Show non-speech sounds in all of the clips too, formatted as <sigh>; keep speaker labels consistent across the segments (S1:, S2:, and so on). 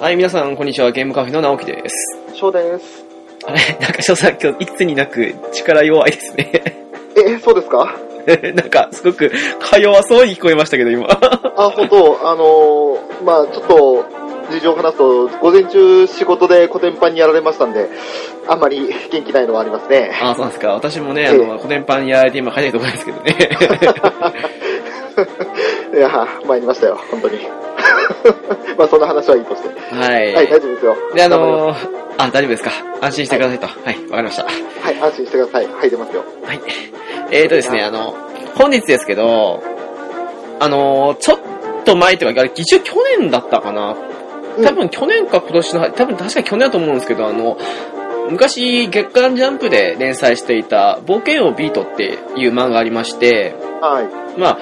S1: はい、皆さん、こんにちは。ゲームカフェの直樹です。
S2: 翔です。
S1: あれ <laughs> なんか翔さん、今日、いつになく力弱いですね。
S2: え、そうで
S1: <laughs>
S2: すか
S1: なんか、すごく、か弱そうに聞こえましたけど、今。
S2: あ、本当あのーまあちょっと、事情を話すと、午前中仕事でコテンパンにやられましたんで、あんまり元気ないのはありますね。
S1: ああ、そうなんですか。私もね、あの、古典版やられて今、早いところですけど <laughs> ね。
S2: いや、参りましたよ、本当に。 <laughs> まあそんな話はいいとして。
S1: はい。
S2: はい、大丈夫ですよ。
S1: で、あ
S2: 頑張り
S1: のー、あ、大丈夫ですか。安心してくださいと。はい、わ、かりました。は
S2: ますはい、安心してください。はい、出ますよ。
S1: い。えーとですね、あの、本日ですけど、あのー、ちょっと前というか、あれ一応去年だったかな。
S2: うん
S1: 多分去年か今年の、多分確か去年だと思うんですけど、あの、昔、月刊ジャンプで連載していた、冒険王ビートっていう漫画がありまして、
S2: はい。
S1: まあ、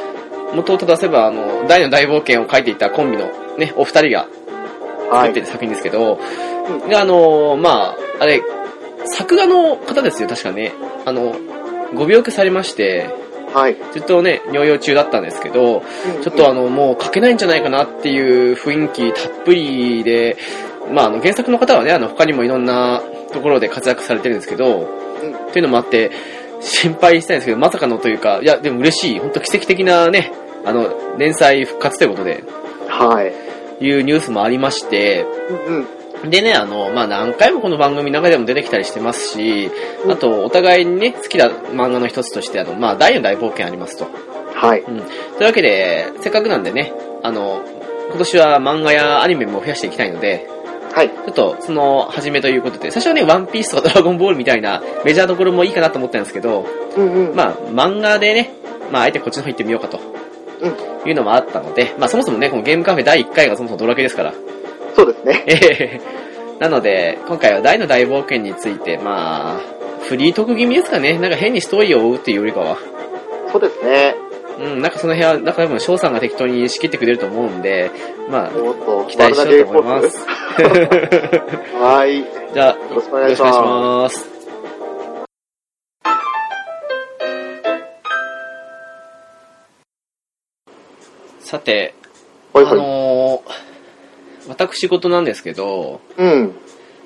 S1: 元を正せば、あの、大の大冒険を書いていたコンビのね、お二人が
S2: は
S1: 作っ
S2: い
S1: て。る作品ですけど、
S2: う
S1: で、あのーまあ、あれ、作画の方ですよ、確かね。あの、ご病気されまして、
S2: はい。
S1: ずっとね、療養中だったんですけど、ちょっとあの、もう書けないんじゃないかなっていう雰囲気たっぷりで、まあ、あの、原作の方はね、あの、他にもいろんなところで活躍されてるんですけど、
S2: うん
S1: っていうのもあって、心配したいんですけど、まさかのというか、いや、でも嬉しい、本当奇跡的なね、あの、連載復活ということで、
S2: はい。
S1: いうニュースもありまして、
S2: うんうん。
S1: でね、あの、まあ、何回もこの番組の中でも出てきたりしてますし、
S2: うん
S1: あと、お互いにね、好きな漫画の一つとして、あの、まあ、第4大冒険ありますと。
S2: はい。
S1: というわけで、せっかくなんでね、あの、今年は漫画やアニメも増やしていきたいので、
S2: はい。
S1: ちょっと、その、始めということで、最初はね、ワンピースとかドラゴンボールみたいなメジャーどころもいいかなと思ったんですけど、
S2: うんうん。
S1: まあ、漫画でね、まあ、あえてこっちの方行ってみようかと。いうのもあったので、まあ、そもそもね、このゲームカフェ第1回がそもそもドラケですから、 <laughs>
S2: そうですね。
S1: ええなので、今回は大の大冒険について、まあ、フリー特気味ですかね。なんか変にストーリーを追うっていうよりかは。
S2: そうですね。
S1: うん、なんかその辺は、なんか多分翔さんが適当に仕切ってくれると思うんで、まあ、
S2: もっと、
S1: 期待しようと思いま
S2: 丸投げ
S1: す
S2: コ。ー
S1: <laughs>
S2: ス。はい。
S1: じゃあ、
S2: よろしくお願いします
S1: よろくお願いします。さて、あ
S2: はいはい。
S1: のー私事なんですけど、
S2: うん。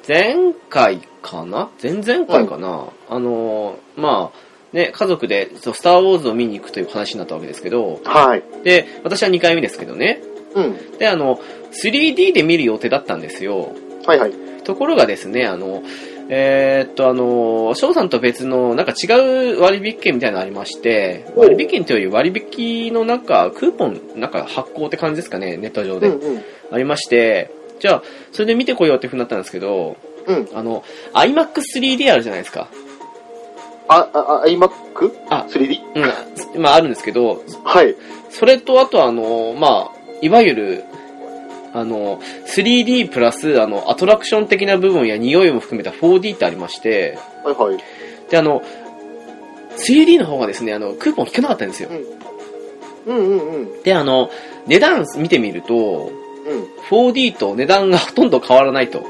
S1: 前回かな前々回かな、あのーまあ、ね、家族で、そうスター・ウォーズを見に行くという話になったわけですけど、
S2: はい。
S1: で、私は2回目ですけどね。
S2: うん。
S1: で、あの、3D で見る予定だったんですよ。
S2: はいはい。
S1: ところがですね、あの、えーっと、あの、翔さんと別の、なんか違う割引券みたいなのありまして、
S2: おう
S1: 割引券というより割引の中、クーポン、なんか発行って感じですかね、ネット上
S2: う
S1: で。
S2: んうん。
S1: ありまして、じゃあ、それで見てこようってふうになったんですけど、
S2: うん。
S1: あの、iMac3D あるじゃないですか。
S2: あ、あ、あ iMac?
S1: あ
S2: 3D?
S1: うん。まあ、あるんですけど、
S2: はい。
S1: それと、あとあの、まあ、いわゆる、あの、3D プラス、あの、アトラクション的な部分や匂いも含めた 4D ってありまして、
S2: はいはい。
S1: で、あの、3D の方がですね、あの、クーポン引かなかったんですよ。
S2: うんうんうん。
S1: で、あの、値段見てみると、
S2: うん。
S1: 4D と値段がほとんど変わらないと。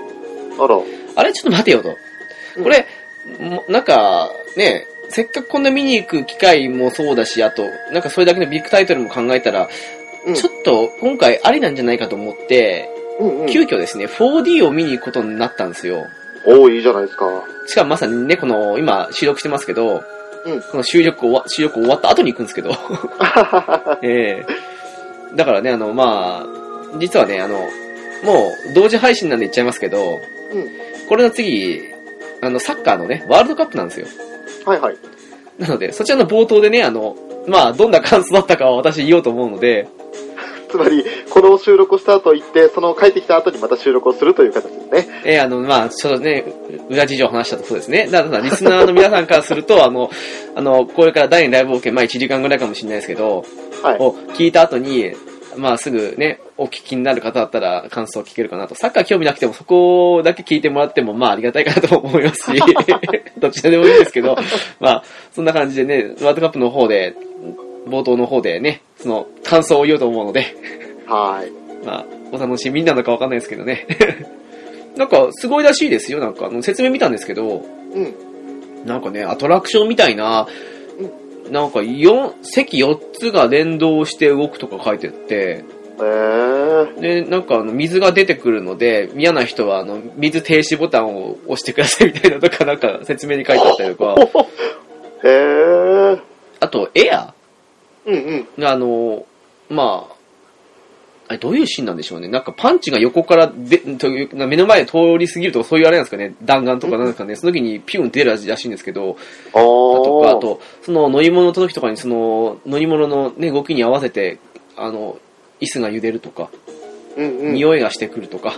S2: あら。
S1: あれちょっと待てよと。これ、もなんか、ね、せっかくこんな見に行く機会もそうだし、あと、なんかそれだけのビッグタイトルも考えたら、
S2: うん
S1: ちょっと今回ありなんじゃないかと思って、
S2: うんうん。
S1: 急遽ですね、4D を見に行くことになったんですよ。
S2: おー、いいじゃないですか。
S1: しかもまさにね、この、今、収録してますけど、
S2: うん
S1: この収録終わ、収録終わった後に行くんです
S2: <laughs>
S1: けど、ええだからね、あの、まあ、実はね、あの、もう、同時配信なんで言っちゃいますけど、これの次、あの、サッカーのね、ワールドカップなんですよ。
S2: はいはい。
S1: なので、そちらの冒頭でね、あの、まあ、どんな感想だったかは私言おうと思うので、
S2: つまり、この収録をした後行って、その帰ってきた後にまた収録をするという形ですね。
S1: えーあの、まあ、ちょっとね、う裏事情を話したとそうですね。だから、リスナーの皆さんからすると、あの、あの、これから第2大冒険、まあ、1時間ぐらいかもしれないですけど、
S2: はい。
S1: を聞いた後に、まあ、すぐね、お聞きになる方だったら感想を聞けるかなと。サッカー興味なくても、そこだけ聞いてもらっても、まあ、ありがたいかなと思いますし、どちらでもいいですけど、まあ、そんな感じでね、ワールドカップの方で、冒頭の方でね、その、感想を言おうと思うので、
S2: はい。
S1: まあ、お楽しみなのかわかんないですけどね。 <laughs> なんか、すごいらしいですよ。なんか、あの説明見たんですけど、
S2: うん。
S1: なんかね、アトラクションみたいな、なんか、四席4つが連動して動くとか書いてって、
S2: えー、
S1: で、なんかあの水が出てくるので、嫌な人はあの水停止ボタンを押してくださいみたいなのとか、なんか説明に書いてあったりとか、
S2: へえ。
S1: あとエア
S2: うんうん。
S1: があの、まあ、あれどういうシーンなんでしょうね。なんかパンチが横からで、というな目の前で通り過ぎるとかそういうあれなんですかね。弾丸とかなんですかね。その時にピュンって出るらしいんですけど、
S2: ああ。
S1: とか、あと、その乗り物の時とかにその乗り物のね、動きに合わせて、あの、椅子が揺れるとか、
S2: うんうん。
S1: 匂いがしてくるとか、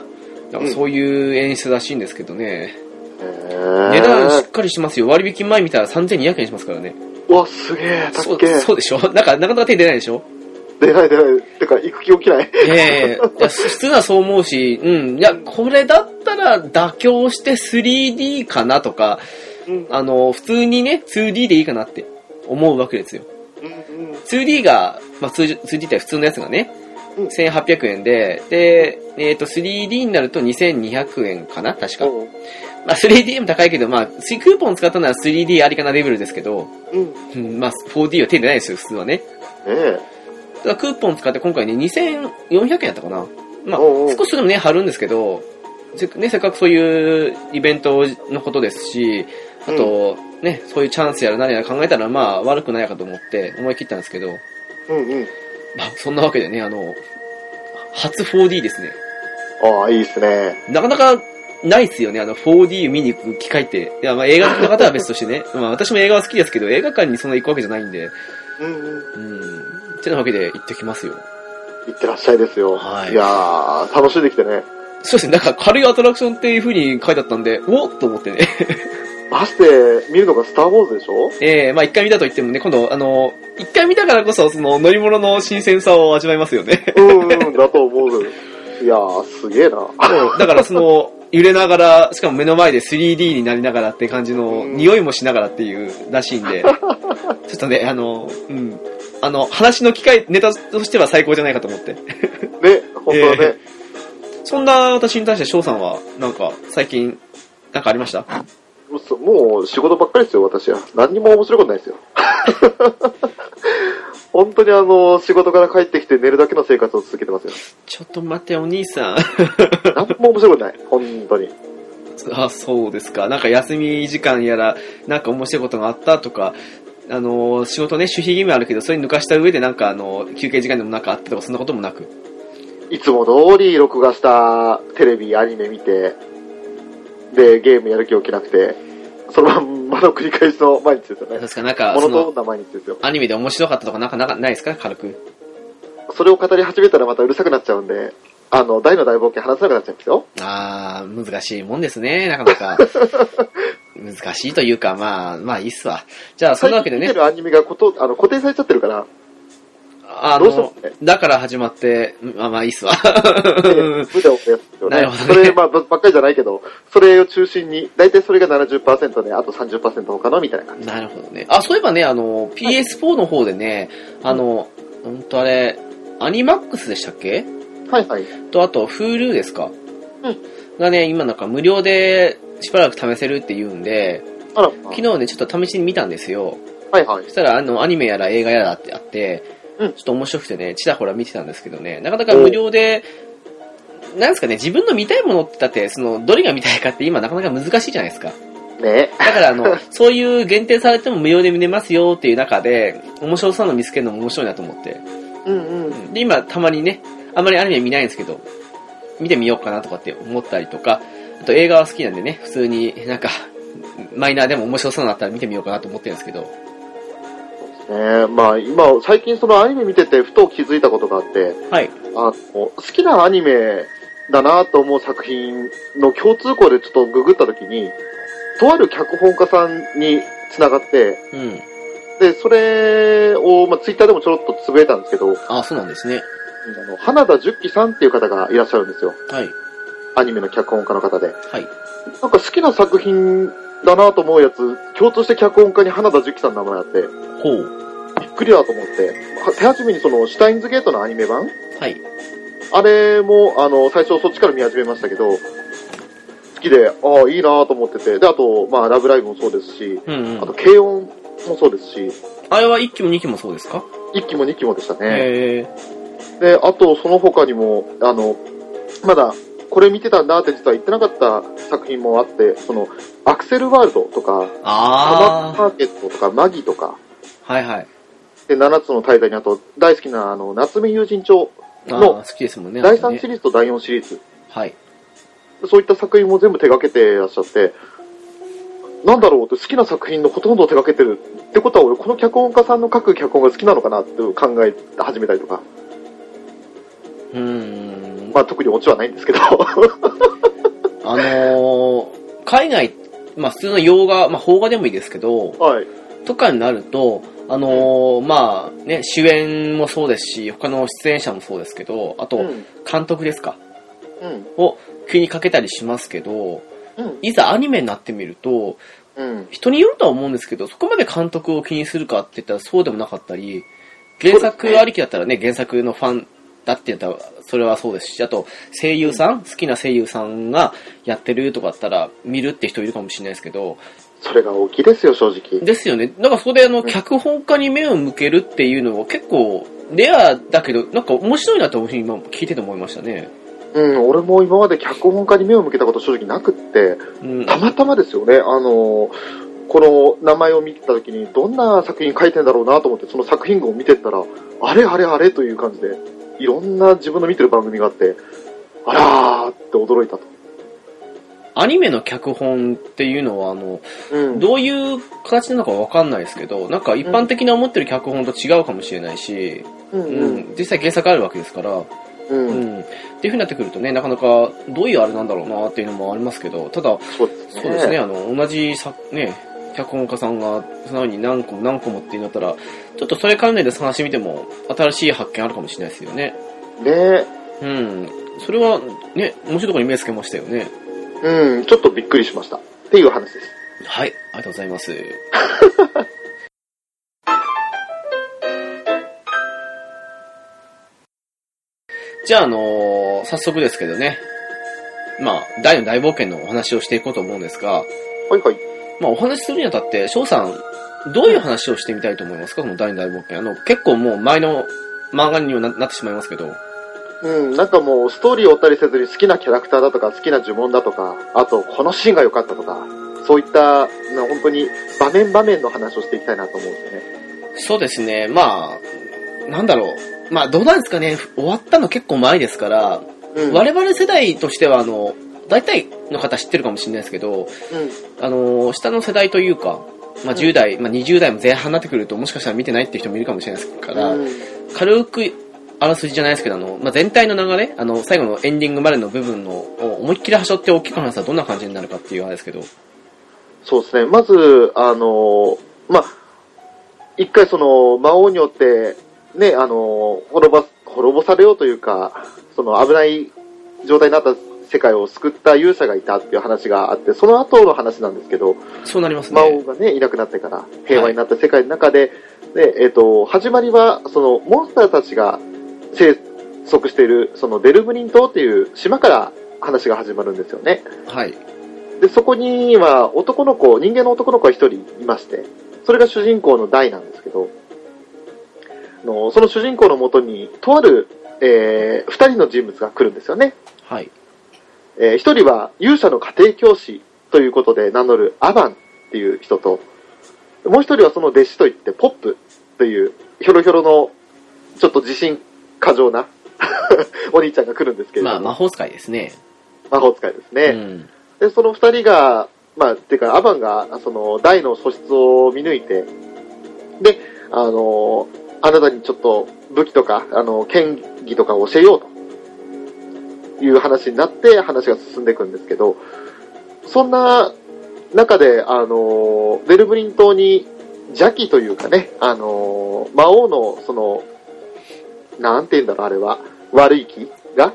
S1: なんかそういう演出らしいんですけどね。
S2: へー
S1: 値段しっかりしますよ。割引前見たら3200円しますからね。
S2: うわ、すげえ。た
S1: そ
S2: っ
S1: う
S2: けえ
S1: そうでしょなんか、なかなか手出ないでしょ <laughs>
S2: 出ない出ない。てか、行く気起きない。
S1: ええいや普通はそう思うし、うん。いや、これだったら妥協して 3D かなとか、
S2: うん
S1: あの、普通にね、2D でいいかなって思うわけですよ。
S2: うんうん。
S1: 2D が、まあ、通常 2D って普通のやつがね、
S2: うん
S1: 1800円で、で、えっ、と、3D になると2200円かな確か。
S2: うん
S1: まあ、3D も高いけど、まあ、クーポン使ったなら 3D ありかなレベルですけど、
S2: うん。ね
S1: うん、まあ、4D は手出ないですよ、普通はね。
S2: え。
S1: ただクーポン使って今回ね、2400円やったかな。まあ、
S2: おうおう
S1: 少しでもね、貼るんですけど、せね、せっかくそういうイベントのことですし、あと、ね、そういうチャンスやら何やら考えたら、まあ、悪くないかと思って思い切ったんですけど、
S2: うんうん。
S1: まあ、そんなわけでね、あの、初 4D ですね。
S2: ああ、いいっすね。
S1: なかなかないっすよね、あの 4D 見に行く機会って。いや、まあ映画の方は別としてね。 <laughs> まあ私も映画は好きですけど、映画館にそんな行くわけじゃないんで。
S2: うんうん。
S1: うん。てなわけで行ってきますよ。
S2: 行ってらっしゃいですよ。
S1: はい
S2: いやー、楽しんできてね。
S1: そうですね、なんか軽いアトラクションっていう風に書いてあったんで、おっと思ってね。 <laughs>
S2: まして、見るのがスター・ウォーズでしょ
S1: ええまあ一回見たと言ってもね、今度、あの、一回見たからこそ、その乗り物の新鮮さを味わいますよね。
S2: うん <laughs> うん、だと思う。いやー、すげえな。
S1: だからその、揺れながら、しかも目の前で 3D になりながらって感じの、
S2: うん
S1: 匂いもしながらっていうらしいん
S2: <laughs>
S1: で、ちょっとね、あの、うん。あの、話の機会、ネタとしては最高じゃないかと思って。
S2: ね、本当はね。
S1: そんな私に対して翔さんは、なんか、最近、なんかありました
S2: 嘘もう仕事ばっかりですよ、私は。何にも面白いこと <laughs> ないですよ。本当にあの、仕事から帰ってきて寝るだけの生活を続けてますよ。
S1: ちょっと待って、お兄さん。
S2: 何も面白いことない。本当に。
S1: <laughs> あ、そうですか。なんか休み時間やら、なんか面白いことがあったとか、あの、仕事ね、守秘義務あるけど、それに抜かした上で、なんかあの、休憩時間でもなんかあったとか、そんなこともなく。
S2: いつも通り録画したテレビ、アニメ見て、で、ゲームやる気起きなくて、そのまんまの繰り返しの毎日ですよ
S1: そう
S2: ね
S1: で。すか、なんか、
S2: モ
S1: そ
S2: ノ
S1: の
S2: トーンな毎日ですよ。
S1: アニメで面白かったとかなんかなんかないですか軽く。
S2: それを語り始めたらまたうるさくなっちゃうんで、あの、大の大冒険話せなくなっちゃうんですよ。
S1: あー、難しいもんですね、なかな
S2: <laughs>
S1: か。難しいというか、まあ、まあいいっすわ。じゃあ、そんなわけで
S2: 最
S1: ね
S2: 近見て、るアニメがことあの固定されちゃってるから、
S1: あ
S2: どう
S1: の
S2: し
S1: <laughs>
S2: たって、
S1: だから始まって、まあまあいいっすわ。 <laughs>
S2: で無駄を増やすよね。
S1: なるほどね
S2: それ、まあ、ばばっかりじゃないけど、それを中心に、大体それが70%で、あと30%他のみたいな感じ。
S1: なるほどね。あ、そういえばね、あの、PS4 の方でね、あの、うんとあれ、アニマックスでしたっけ
S2: はいはい。
S1: と、あと、Hulu ですか
S2: うん
S1: がね、今なんか無料でしばらく試せるって言うんで、
S2: あら、
S1: 昨日ね、ちょっと試しに見たんですよ。
S2: はいはい
S1: そ。したら、あの、アニメやら映画やらってあって、
S2: うん
S1: ちょっと面白くてね、ちらほら見てたんですけどね、なかなか無料で、なんですかね、自分の見たいものってだって、その、どれが見たいかって今なかなか難しいじゃないですか。
S2: ね
S1: だから、あの、そういう限定されても無料で見れますよっていう中で、面白そうなの見つけるのも面白いなと思って。
S2: うんう。
S1: うんんで、今、たまにね、あんまりアニメ見ないんですけど、見てみようかなとかって思ったりとか、あと映画は好きなんでね、普通になんか、マイナーでも面白そうなのあったら見てみようかなと思ってるんですけど、
S2: ねまあ、今、最近そのアニメ見てて、ふと気づいたことがあって、
S1: はい。
S2: あの、好きなアニメだなと思う作品の共通項でちょっとググったときに、とある脚本家さんに繋がって、
S1: うん。
S2: で、それを、まあ、ツイッターでもちょろっとつぶやいたんですけど、
S1: あ、そうなんですね。
S2: あの、花田十喜さんっていう方がいらっしゃるんですよ。
S1: はい。
S2: アニメの脚本家の方で。
S1: はい。
S2: なんか好きな作品だなと思うやつ、共通して脚本家に花田十喜さんの名前あって、
S1: ほう。
S2: びっくりだと思って、は手始めにその、シュタインズゲートのアニメ版
S1: はい。
S2: あれも、あの、最初そっちから見始めましたけど、好きで、ああ、いいなと思ってて、で、あと、まあ、ラブライブもそうですし、
S1: うん、う
S2: あと、
S1: ん。
S2: 軽音もそうですし、
S1: あれは1期も2期もそうですか
S2: 1期も2期もでしたね。
S1: へえ。
S2: で、あと、その他にも、あの、まだ、これ見てたんだって実は言ってなかった作品もあって、その、アクセルワールドとか、アマ
S1: あ
S2: マーケットとか、マギとか、
S1: あ、はいはい。
S2: で、7つの大罪にあと、大好きな、あの、夏目友人帳
S1: あー
S2: の
S1: 好きですもんね。
S2: 第
S1: あなた
S2: 3
S1: ね
S2: シリーズと第4シリーズ、
S1: はい。
S2: そういった作品も全部手掛けてらっしゃって、なんだろうって好きな作品のほとんどを手掛けてるってことは俺この脚本家さんの書く脚本が好きなのかなって考え始めたりとか、
S1: うーん。
S2: まあ特にオチはないんですけど、
S1: あのー <laughs> 海外、まあ普通の洋画、まあ邦画でもいいですけど、
S2: はい。
S1: とかになると、あのーまあね、主演もそうですし、他の出演者もそうですけど、あ
S2: う
S1: と、
S2: ん。
S1: 監督ですか、
S2: うん。
S1: を急にかけたりしますけど、
S2: うん。
S1: いざアニメになってみると、
S2: うん。
S1: 人によるとは思うんですけど、そこまで監督を気にするかって言ったらそうでもなかったり、原作ありきだったらね、原作のファンだって言ったら、それはそうですし、あと、声優さん、好きな声優さんがやってるとかだったら、見るって人いるかもしれないですけど、
S2: それが大きいですよ、正直。
S1: ですよね。なんかそこであの、
S2: ん
S1: 脚本家に目を向けるっていうのは結構、レアだけど、なんか面白いなと思う今聞いてて思いましたね。
S2: うん、俺も今まで脚本家に目を向けたこと正直なくって、
S1: うん。
S2: たまたまですよね、あのこの名前を見てた時に、どんな作品書いてんだろうなと思って、その作品群を見てったら、あれあれあれという感じで、いろんな自分の見てる番組があって、あらーって驚いたと。
S1: アニメの脚本っていうのは、あの、
S2: うん。
S1: どういう形なのかわかんないですけど、なんか一般的な思ってる脚本と違うかもしれないし、
S2: うん
S1: う
S2: うん
S1: ん、実際原作あるわけですから、
S2: うん
S1: う
S2: うん
S1: ん、っていうふうになってくるとね、なかなかどういうあれなんだろうなっていうのもありますけど、ただ、
S2: そうですね。
S1: そうですね、あの、同じ作、ね、脚本家さんが素直に何個も何個もってなったら、ちょっとそれ関連で探してみても、新しい発見あるかもしれないですよね。
S2: ね
S1: うん。それは、ね、面白いところに目つけましたよね。
S2: うん、ちょっとびっくりしました。っていう話です。
S1: はい、ありがとうございます。 <laughs> じゃあ、あのー早速ですけどね、まあ、大の大冒険のお話をしていこうと思うんですが、
S2: はいはい。
S1: まあ、お話しするにあたって、翔さん、どういう話をしてみたいと思いますかこの大の大冒険。あの、結構もう前の漫画にはななってしまいますけど。
S2: うん、なんかもうストーリーを追ったりせずに好きなキャラクターだとか好きな呪文だとか、あとこのシーンが良かったとか、そういった、な本当に場面場面の話をしていきたいなと思うんですよね。
S1: そうですね、まあ、なんだろう。まあ、どうなんですかね。終わったの結構前ですから、
S2: うん。
S1: <laughs> 我々世代としては、あの、大体の方知ってるかもしれないですけど、
S2: うん
S1: あの、下の世代というか、まあ、
S2: うん
S1: 10代、まあ、20代も前半になってくると、もしかしたら見てないっていう人もいるかもしれないですから、
S2: うん
S1: 軽く、あらすじじゃないですけど、あの、まあ、全体の流れ、あの、最後のエンディングまでの部分の、を思いっきり端折って大きく話したらどんな感じになるかっていうあれですけど、
S2: そうですね。まず、あの、まあ、一回その、魔王によって、ね、あの、滅ぼす、滅ぼされようというか、その危ない状態になった世界を救った勇者がいたっていう話があって、その後の話なんですけど、
S1: そうなります
S2: 魔王
S1: ね。
S2: がね、いなくなってから、平和になった世界の中で、で、えっ、と、始まりは、その、モンスターたちが生息している、その、デルブリン島っていう島から話が始まるんですよね。
S1: はい。
S2: で、そこには男の子、人間の男の子が一人いまして、それが主人公のダイなんですけど、あのその主人公のもとに、とある、えー二人の人物が来るんですよね。
S1: はい。
S2: えー一人は勇者の家庭教師ということで名乗るアバンっていう人と、もう一人はその弟子といってポップというひょろひょろのちょっと自信過剰な <laughs> お兄ちゃんが来るんですけれど
S1: まあ、
S2: も、
S1: 魔法使いですね。
S2: 魔法使いですね。
S1: うん。
S2: で、その二人が、まあ、てか、アバンが、その、大の素質を見抜いて、で、あの、あなたにちょっと武器とか、あの、剣技とかを教えようという話になって、話が進んでいくんですけど、そんな中で、あの、デルブリン島に邪気というかね、あの、魔王の、その、なんて言うんだろう、あれは、悪い気が、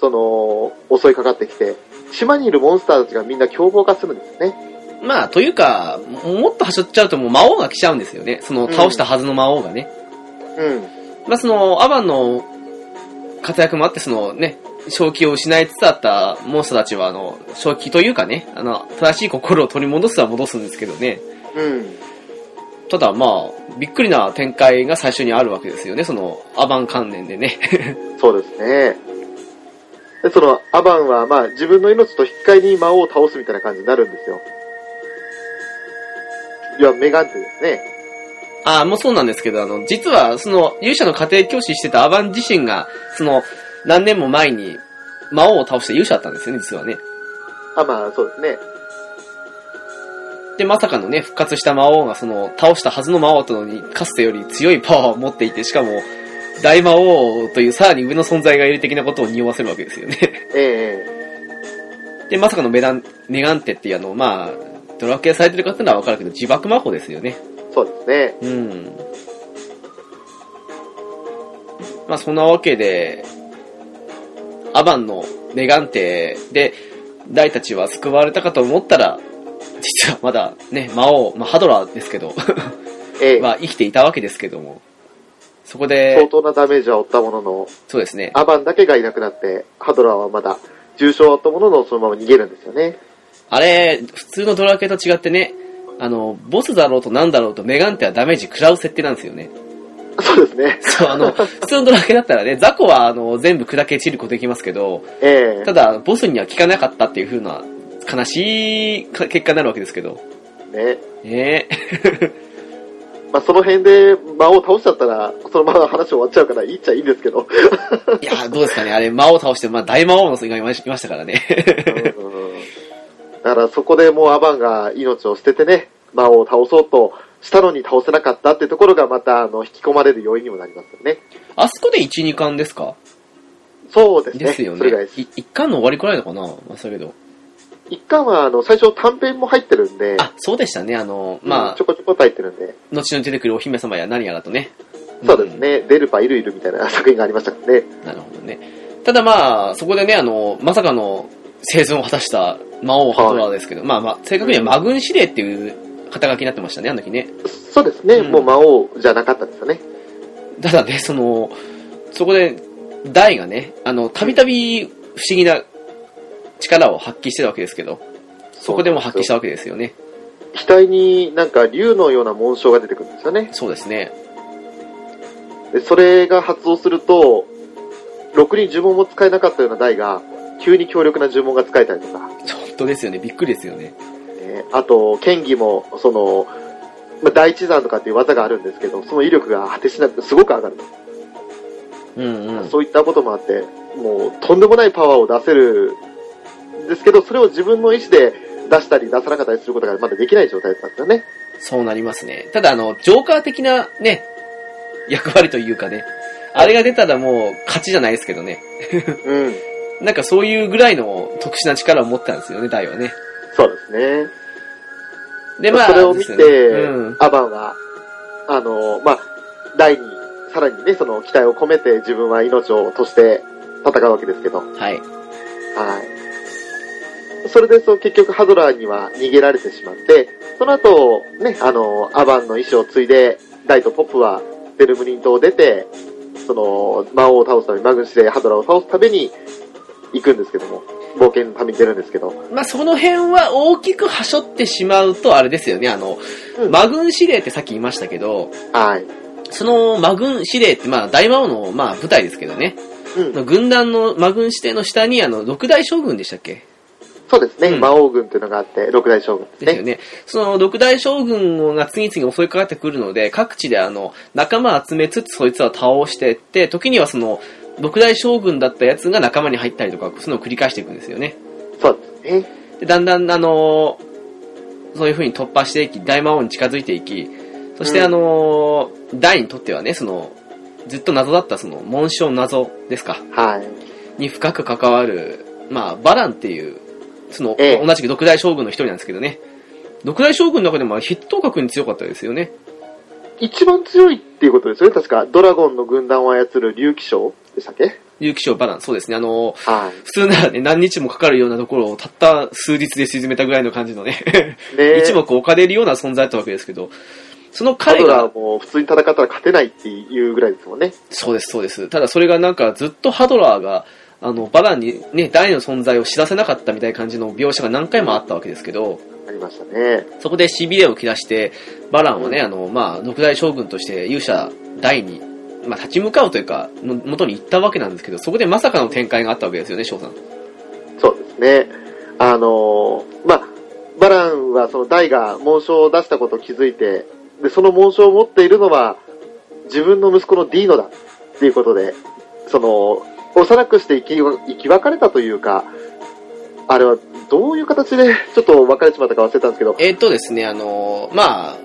S2: その、襲いかかってきて、島にいるモンスターたちがみんな凶暴化するんですね。
S1: まあ、というか、もっと端折っちゃうともう魔王が来ちゃうんですよね。その倒したはずの魔王がね。
S2: うん。
S1: まあ、その、アバンの活躍もあって、そのね、正気を失いつつあったモンスターたちは、あの、正気というかね、あの、正しい心を取り戻すは戻すんですけどね。
S2: うん。
S1: ただまあ、びっくりな展開が最初にあるわけですよね、その、アバン関連でね。 <laughs>
S2: そうですね。で、そのアバンは、まあ、自分の命と引き換えに魔王を倒すみたいな感じになるんですよ。いや、メガンテですね。
S1: ああ、もうそうなんですけど、あの、実は、その、勇者の家庭教師してたアバン自身が、その、何年も前に、魔王を倒して勇者だったんですよね、実はね。
S2: あ、まあ、そうですね。
S1: で、まさかのね、復活した魔王が、その、倒したはずの魔王とのに、かつてより強いパワーを持っていて、しかも、大魔王というさらに上の存在がいる的なことを匂わせるわけですよね。 <laughs>
S2: ええ
S1: で、まさかのメダン、ネガンテっていうあの、まあ、ドラクエされてる方ならわかるけど、自爆魔法ですよね。
S2: そうですね。
S1: うん。まあ、そんなわけで、アバンのネガンテで、ダイたちは救われたかと思ったら、実はまだね、魔王、まあ、ハドラーですけど、
S2: ええ
S1: まあ、生きていたわけですけども、そこで
S2: 相、当なダメージは負ったものの、
S1: そうですね、
S2: アバンだけがいなくなって、ハドラーはまだ重傷を負ったものの、そのまま逃げるんですよね。
S1: あれ、普通のドラクエと違ってね、あの、ボスだろうとなんだろうとメガンテはダメージ食らう設定なんですよね。 <laughs>
S2: そうですね。
S1: そう、あの、普通のドラクエだったらね、ザコはあの全部砕け散ることできますけど、
S2: ええ
S1: ただ、ボスには効かなかったっていう風な、悲しいか結果になるわけですけど。
S2: ね。
S1: ね
S2: まあ、その辺で魔王倒しちゃったら、そのまま話終わっちゃうから、いいっちゃいいんですけど。
S1: え。いやー、どうですかね。あれ、魔王倒して、まあ、大魔王の人がいまいましたからね。 <laughs>
S2: だからそこでもうアバンが命を捨ててね、魔王を倒そうとしたのに倒せなかったってところがまたあの引き込まれる要因にもなりますよね。
S1: あそこで1、2巻ですか
S2: そうですね。
S1: ですよ
S2: そ
S1: ね
S2: れがいい。です
S1: 1巻の終わりくらいのかなまあ、それけど。
S2: 一巻はあの最初短編も入ってるんで、
S1: あ、そうでしたね。あの、まあ
S2: ちょ、こちょこっと入ってるんで、
S1: 後々出てくるお姫様や何やらとね。
S2: そうですね、デルパイルイルみたいな <laughs> 作品がありましたからね。
S1: うん。なるほどね。ただまあ、そこでね、あの、まさかの生存を果たした魔王ハドラーですけど、まあまあ、正確には魔軍司令っていう肩書きになってましたね、あの時ね。
S2: そうですね、
S1: うん
S2: もう魔王じゃなかったんですよね。
S1: ただね、その、そこで、ダイがね、あの、たびたび不思議な力を発揮してたわけですけど、そこでも発揮したわけですよね。
S2: 額になんか竜のような紋章が出てくるんですよね。
S1: そうですね。
S2: でそれが発動すると、ろくに呪文も使えなかったような台が、急に強力な呪文が使えたりとか、
S1: 本当ですよね。びっくりですよね。
S2: えーあと、剣技も、その、まあ、第一山とかっていう技があるんですけど、その威力が果てしなく、すごく上がる。
S1: うんうん。
S2: そういったこともあって、もう、とんでもないパワーを出せるんですけど、それを自分の意思で出したり出さなかったりすることがまだできない状態だったんですよね。
S1: そうなりますね。ただ、あの、ジョーカー的なね、役割というかね、あれが出たらもう勝ちじゃないですけどね。
S2: うん。
S1: なんかそういうぐらいの特殊な力を持ってたんですよね、ダイはね。
S2: そうですね。
S1: で、まあ、
S2: それを見て、
S1: ですよねうん。
S2: アバンは、あの、まあ、第に、さらにね、その期待を込めて自分は命をとして戦うわけですけど、は
S1: はい。
S2: い。それで、そう、結局ハドラーには逃げられてしまって、その後、ね、あの、アバンの意志を継いで、ダイとポップはベルムリン島を出て、その、魔王を倒すために、マグシでハドラーを倒すために行くんですけども、冒険のために出るんですけど、
S1: まあ、その辺は大きくはしょってしまうと、あれですよね、あの、
S2: うん
S1: 魔軍司令ってさっき言いましたけど、
S2: はい。
S1: その魔軍司令って、まあ、大魔王の、まあ、舞台ですけどね、
S2: うん、
S1: 軍団の魔軍司令の下に、あの、六大将軍でしたっけ
S2: そうですね、
S1: うん
S2: 魔王軍というのがあって、六大将軍です
S1: で
S2: ね
S1: す。よね。その六大将軍が次々襲いかかってくるので、各地であの、仲間集めつつそいつらを倒してって、時にはその、六大将軍だったやつが仲間に入ったりとか、そういうのを繰り返していくんですよね。
S2: そうですね。
S1: で、だんだん、あのーそういう風に突破していき、大魔王に近づいていき、そして、
S2: うん
S1: あのー大にとってはね、その、ずっと謎だったその、紋章謎ですか、
S2: はい。
S1: に深く関わる、まあ、バランっていう、その、
S2: ええ
S1: 同じく六大将軍の一人なんですけどね。六大将軍の中でも筆頭格に強かったですよね。
S2: 一番強いっていうことですよね、確か。ドラゴンの軍団を操る竜騎将でしたっけ
S1: 竜騎将バラン、そうですね。あのー
S2: は
S1: 普通ならね、何日もかかるようなところをたった数日で沈めたぐらいの感じのね、
S2: い。ね
S1: <laughs> 一目置かれるような存在だったわけですけど、その
S2: ハ
S1: 彼
S2: ド
S1: が
S2: ラー、はもう普通に戦ったら勝てないっていうぐらいですもんね。
S1: そうです、そうです。ただそれがなんかずっとハドラーが、あの、バランにね、大の存在を知らせなかったみたいな感じの描写が何回もあったわけですけど、
S2: ありましたね。
S1: そこでしびれを切らして、バランはね、あの、まあ、六大将軍として勇者大に、まあ、立ち向かうというか、の元に行ったわけなんですけど、そこでまさかの展開があったわけですよね、翔さん。
S2: そうですね。あのーまあ、バランはそのダイが紋章を出したことを気づいて、で、その紋章を持っているのは自分の息子のディーノだっていうことで、その、幼くして生き生き別れたというか、あれはどういう形でちょっと別れちまったか忘れたんですけど、
S1: えっとですね、あの、まあ、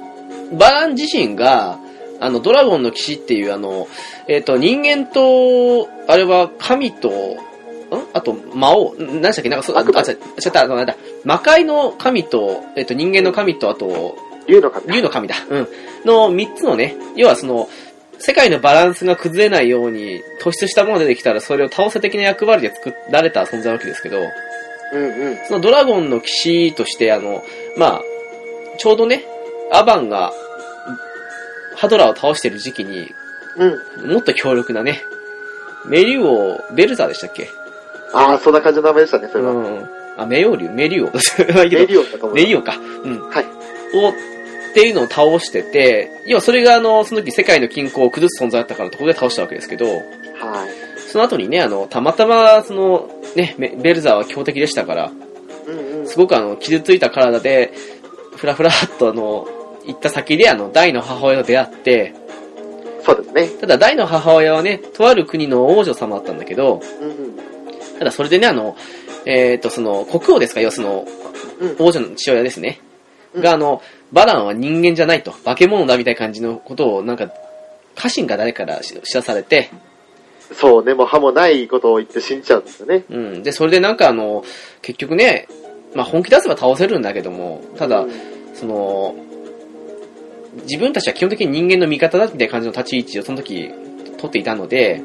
S1: バラン自身が、あの、ドラゴンの騎士っていう、あの、えっと、人間と、あれは神と、んあと、魔王、ん何でしたっけなんかそう、あ、
S2: 悪魔
S1: あちゃちゃった、あの、なんだ、魔界の神と、えっと、人間の神と、あと、
S2: 竜の神。
S1: 竜の神だ。うん。の三つのね、要はその、世界のバランスが崩れないように突出したものが出てきたらそれを倒せ的な役割で作られた存在なわけですけど、
S2: うんうん。
S1: そのドラゴンの騎士として、あの、まあ、ちょうどね、アバンが、ハドラーを倒してる時期に、
S2: うん。
S1: もっと強力なね、メリュウオ、ベルザーでしたっけ
S2: ああ、そんな感じの名前でしたね、それは。
S1: うん。あ、メオリュウ、メリュウ <laughs> オ。まあいいけど
S2: メリオンだと思
S1: メ
S2: い
S1: リュウオか。うん。
S2: ます。はい。
S1: を、っていうのを倒してて、要はそれがあの、その時世界の均衡を崩す存在だったからところで倒したわけですけど、
S2: はい。
S1: その後にね、あの、たまたま、その、ね、メベルザーは強敵でしたから、
S2: うんうん。
S1: すごくあの、傷ついた体で、ふらふらっとあの、行った先であの、大の母親と出会って、
S2: そうですね。
S1: ただ大の母親はね、とある国の王女様だったんだけど、
S2: うんうん。
S1: ただそれでね、あの、えっ、と、その、国王ですか、要はその、
S2: うん
S1: 王女の父親ですね。
S2: うん
S1: が、あの、バランは人間じゃないと、化け物だみたいな感じのことを、なんか、家臣が誰から知知らされて、
S2: そうね、もう歯もないことを言って死んじゃうんですよね。
S1: うん。で、それでなんかあの、結局ね、まあ本気出せば倒せるんだけども、ただ、
S2: うん
S1: その、自分たちは基本的に人間の味方だみたいな感じの立ち位置をその時取っていたので、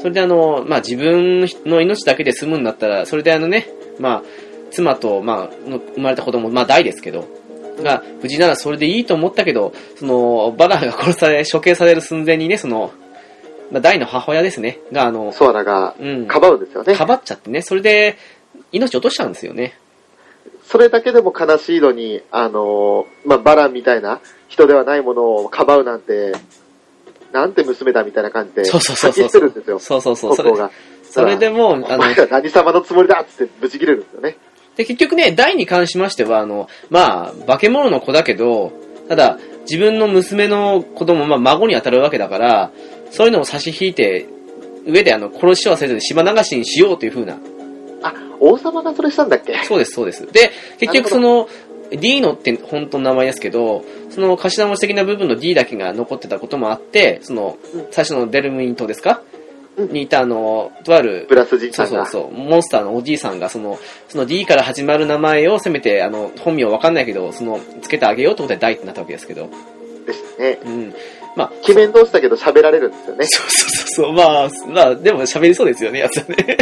S1: それであの、まあ自分の命だけで済むんだったら、それであのね、まあ、妻と、まあ、の生まれた子供、まあ大ですけど、が、無事ならそれでいいと思ったけど、その、バラが殺され、処刑される寸前にね、その、まあ大の母親ですね、があの、
S2: ソアラが、
S1: うん。
S2: かばうんですよね
S1: か。ばっちゃってね、それで命落としちゃうんですよね。
S2: それだけでも悲しいのに、あのーまあ、バランみたいな人ではないものをかばうなんて、なんて娘だみたいな感じで、
S1: そうそうそうそう
S2: 吐き捨てるんですよ。
S1: そうそうそう。そ
S2: 国王
S1: れ
S2: が。
S1: それでもう、
S2: お
S1: あの、
S2: 前ら何様のつもりだっつってブチ切れるんですよね。
S1: で、結局ね、大に関しましては、あの、まあ、化け物の子だけど、ただ、自分の娘の子供、まあ、孫に当たるわけだから、そういうのを差し引いて、上であの、殺しはせずに島流しにしようという風な。
S2: あ、王様がそれしたんだっけ
S1: そうです、そうです。で、結局そ
S2: な
S1: の、ディーノって本当の名前ですけど、その頭文字的な部分の D だけが残ってたこともあって、その
S2: うん、
S1: 最初のデルムイン島ですか、
S2: うん
S1: にいたあの、とある
S2: ブラスじい
S1: そ
S2: さ
S1: うんそう
S2: が。
S1: そう、モンスターのおじいさんが、その、その D から始まる名前をせめて、あの、本名わかんないけど、その、つけてあげようってことで大ってなったわけですけど。
S2: でしたね。
S1: うん。まあ、
S2: 鬼面同士だけど喋られるんですよね。
S1: そうそうそうそう、まあ、まあ、でも喋りそうですよね、やつはね。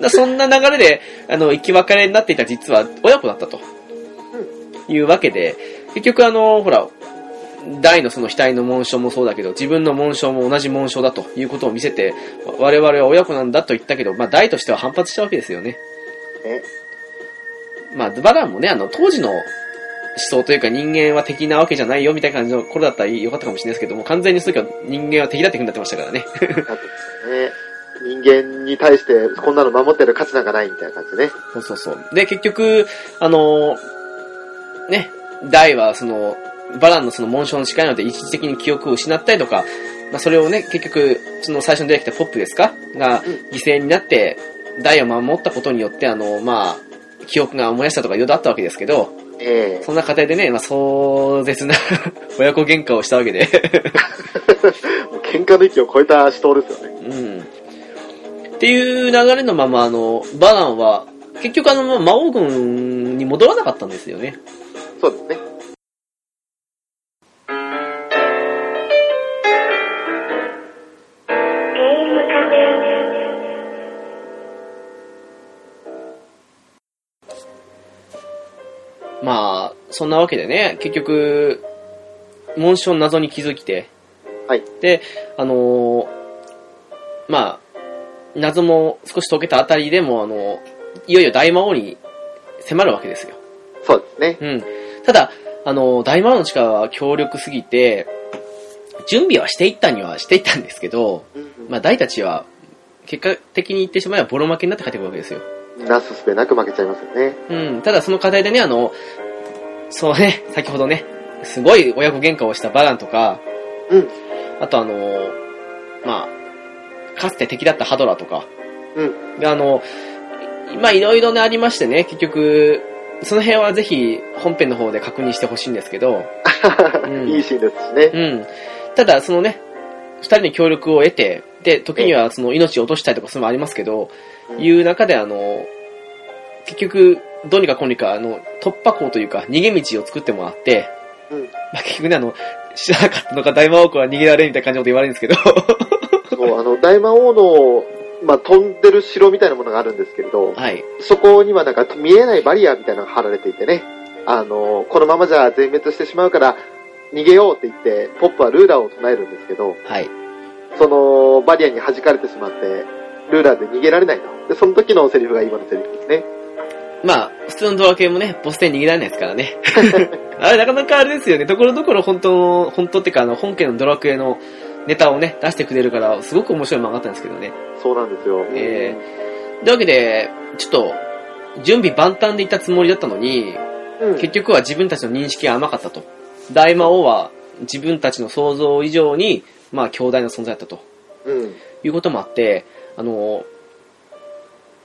S1: だ <laughs> そんな流れで、あの、生き別れになっていた実は親子だったと。いうわけで、結局あの、ほら、大のその額の紋章もそうだけど、自分の紋章も同じ紋章だということを見せて、我々は親子なんだと言ったけど、まあ大としては反発したわけですよね。
S2: ね
S1: まあ、バランもね、あの、当時の思想というか人間は敵なわけじゃないよみたいな感じの頃だったらよかったかもしれないですけども、完全にその時は人間は敵だってふうになってましたからね。
S2: だってね人間に対してこんなの守ってる価値なんかないみたいな感じでね。
S1: <laughs> そうそうそう。で、結局、あのーね、ダイはその、バランのその紋章の力によって一時的に記憶を失ったりとか、まあそれをね、結局、その最初に出てきたポップですかが
S2: うん、
S1: 犠牲になって、ダイを守ったことによって、あのまあ、記憶が思い出したとかいろいろあったわけですけど、
S2: え <laughs> え
S1: そんな過程でね、まあ、壮絶な <laughs> 親子喧嘩をしたわけで、
S2: もう喧嘩の域を超えた死闘ですよね。
S1: うん。っていう流れのまま、あの、バランは、結局あの、まあ魔王軍に戻らなかったんですよね。
S2: そうですね。
S1: まあ、そんなわけでね、結局、紋章の謎に気づきて、
S2: はい。
S1: で、あのーまあ、謎も少し解けたあたりでも、あのいよいよ大魔王に迫るわけですよ。
S2: そうですね。
S1: うん。ただ、あの、大魔王の力は強力すぎて、準備はしていったにはしていったんですけど、まあ、大たちは、結果的に言ってしまえばボロ負けになって帰ってくるわけですよ。
S2: なすすべなく負けちゃいますよね。
S1: うん。ただ、その課題でね、あの、そうね、先ほどね、すごい親子喧嘩をしたバランとか、
S2: うん。
S1: あとあの、まあ、かつて敵だったハドラーとか、
S2: うん。
S1: で、あの、今いろいろねありましてね、結局、その辺はぜひ本編の方で確認してほしいんですけど、ん
S2: <laughs> いいシーンですしね。
S1: うん。ただ、そのね、二人の協力を得て、で、時にはその命を落としたりとかそういうのもありますけど、
S2: うん
S1: いう中であの、結局、どうにかこうにか、あの、突破口というか、逃げ道を作ってもらって、
S2: うん
S1: まあ結局ね、あの、知らなかったのか大魔王君は逃げられんみたいな感じのこと言われるんですけど、
S2: そう、あの、大魔王の、まあ、飛んでる城みたいなものがあるんですけれど、
S1: はい。
S2: そこにはなんか見えないバリアみたいなのが張られていてね、あの、このままじゃ全滅してしまうから、逃げようって言って、ポップはルーラーを唱えるんですけど、
S1: はい。
S2: そのバリアに弾かれてしまって、ルーラーで逃げられないと。で、その時のセリフが今のセリフですね。
S1: まあ、普通のドラ系もね、ボス戦逃げられないですからね。あれ、なかなかあれですよね。ところどころ本当の、本当ってか、あの、本家のドラクエのネタをね、出してくれるから、すごく面白い漫画だったんですけどね。
S2: そうなんですよ。
S1: えー、というわけで、ちょっと、準備万端でいったつもりだったのに、
S2: うん
S1: 結局は自分たちの認識が甘かったと。大魔王は自分たちの想像以上に、まあ、強大な存在だったと。
S2: うん。
S1: いうこともあって、あの、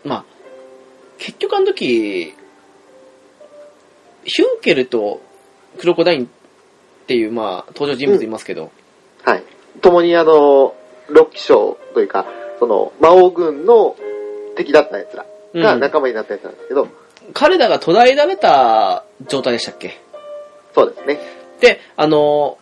S1: まあ、結局あの時、ヒュンケルとクロコダインっていう、まあ、登場人物いますけど、
S2: はい。共にあの、六騎将というか、その、魔王軍の敵だった奴ら
S1: う
S2: が
S1: ん
S2: 仲間になった奴なんですけど、
S1: 彼らが途絶えられた状態でしたっけ
S2: そうですね。
S1: で、あの、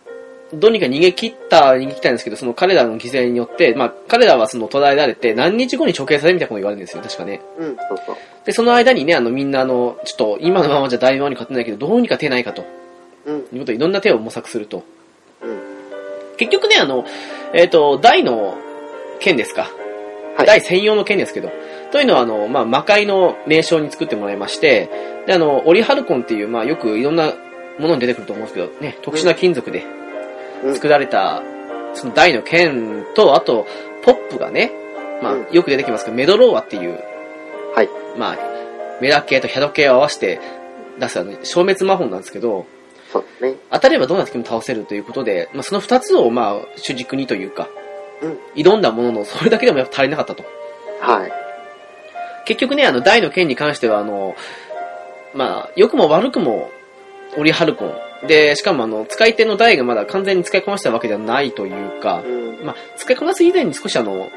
S1: どうにか逃げ切った、逃げ切ったんですけど、その彼らの犠牲によって、まあ、彼らはその途絶えられて、何日後に処刑されるみたいなことを言われるんですよ、確かね。
S2: うん、そうそう。
S1: で、その間にね、あの、みんなあの、ちょっと、今のままじゃ大魔王に勝てないけど、どうにか手ないかと。
S2: うん、
S1: いうことでいろんな手を模索すると。
S2: うん。
S1: 結局ね、あの、えっ、と、大の剣ですか。
S2: はい
S1: 大専用の剣ですけど。というのは、あの、まあ、魔界の名称に作ってもらいまして、で、あの、オリハルコンっていう、まあ、よくいろんなものに出てくると思うんですけど、ね、特殊な金属で
S2: うん
S1: 作られた、その大の剣と、あと、ポップがね、ま
S2: うん
S1: あ、よく出てきますけど、メドローアっていう、
S2: はい。
S1: まあ、メラ系とヒャド系を合わせて出す、あの、消滅魔法なんですけど、
S2: そうですね。
S1: 当たればどんな敵も倒せるということで、まあ、その二つをまあ主軸にというか、
S2: うん
S1: 挑んだもののそれだけでもやっぱ足りなかったと
S2: はい。
S1: 結局ねあの大の剣に関してはあのまあ良くも悪くもオリハルコンでしかもあの使い手の大がまだ完全に使いこなしたわけではないというか、
S2: うん、
S1: まあ、使いこなす以前に少しあの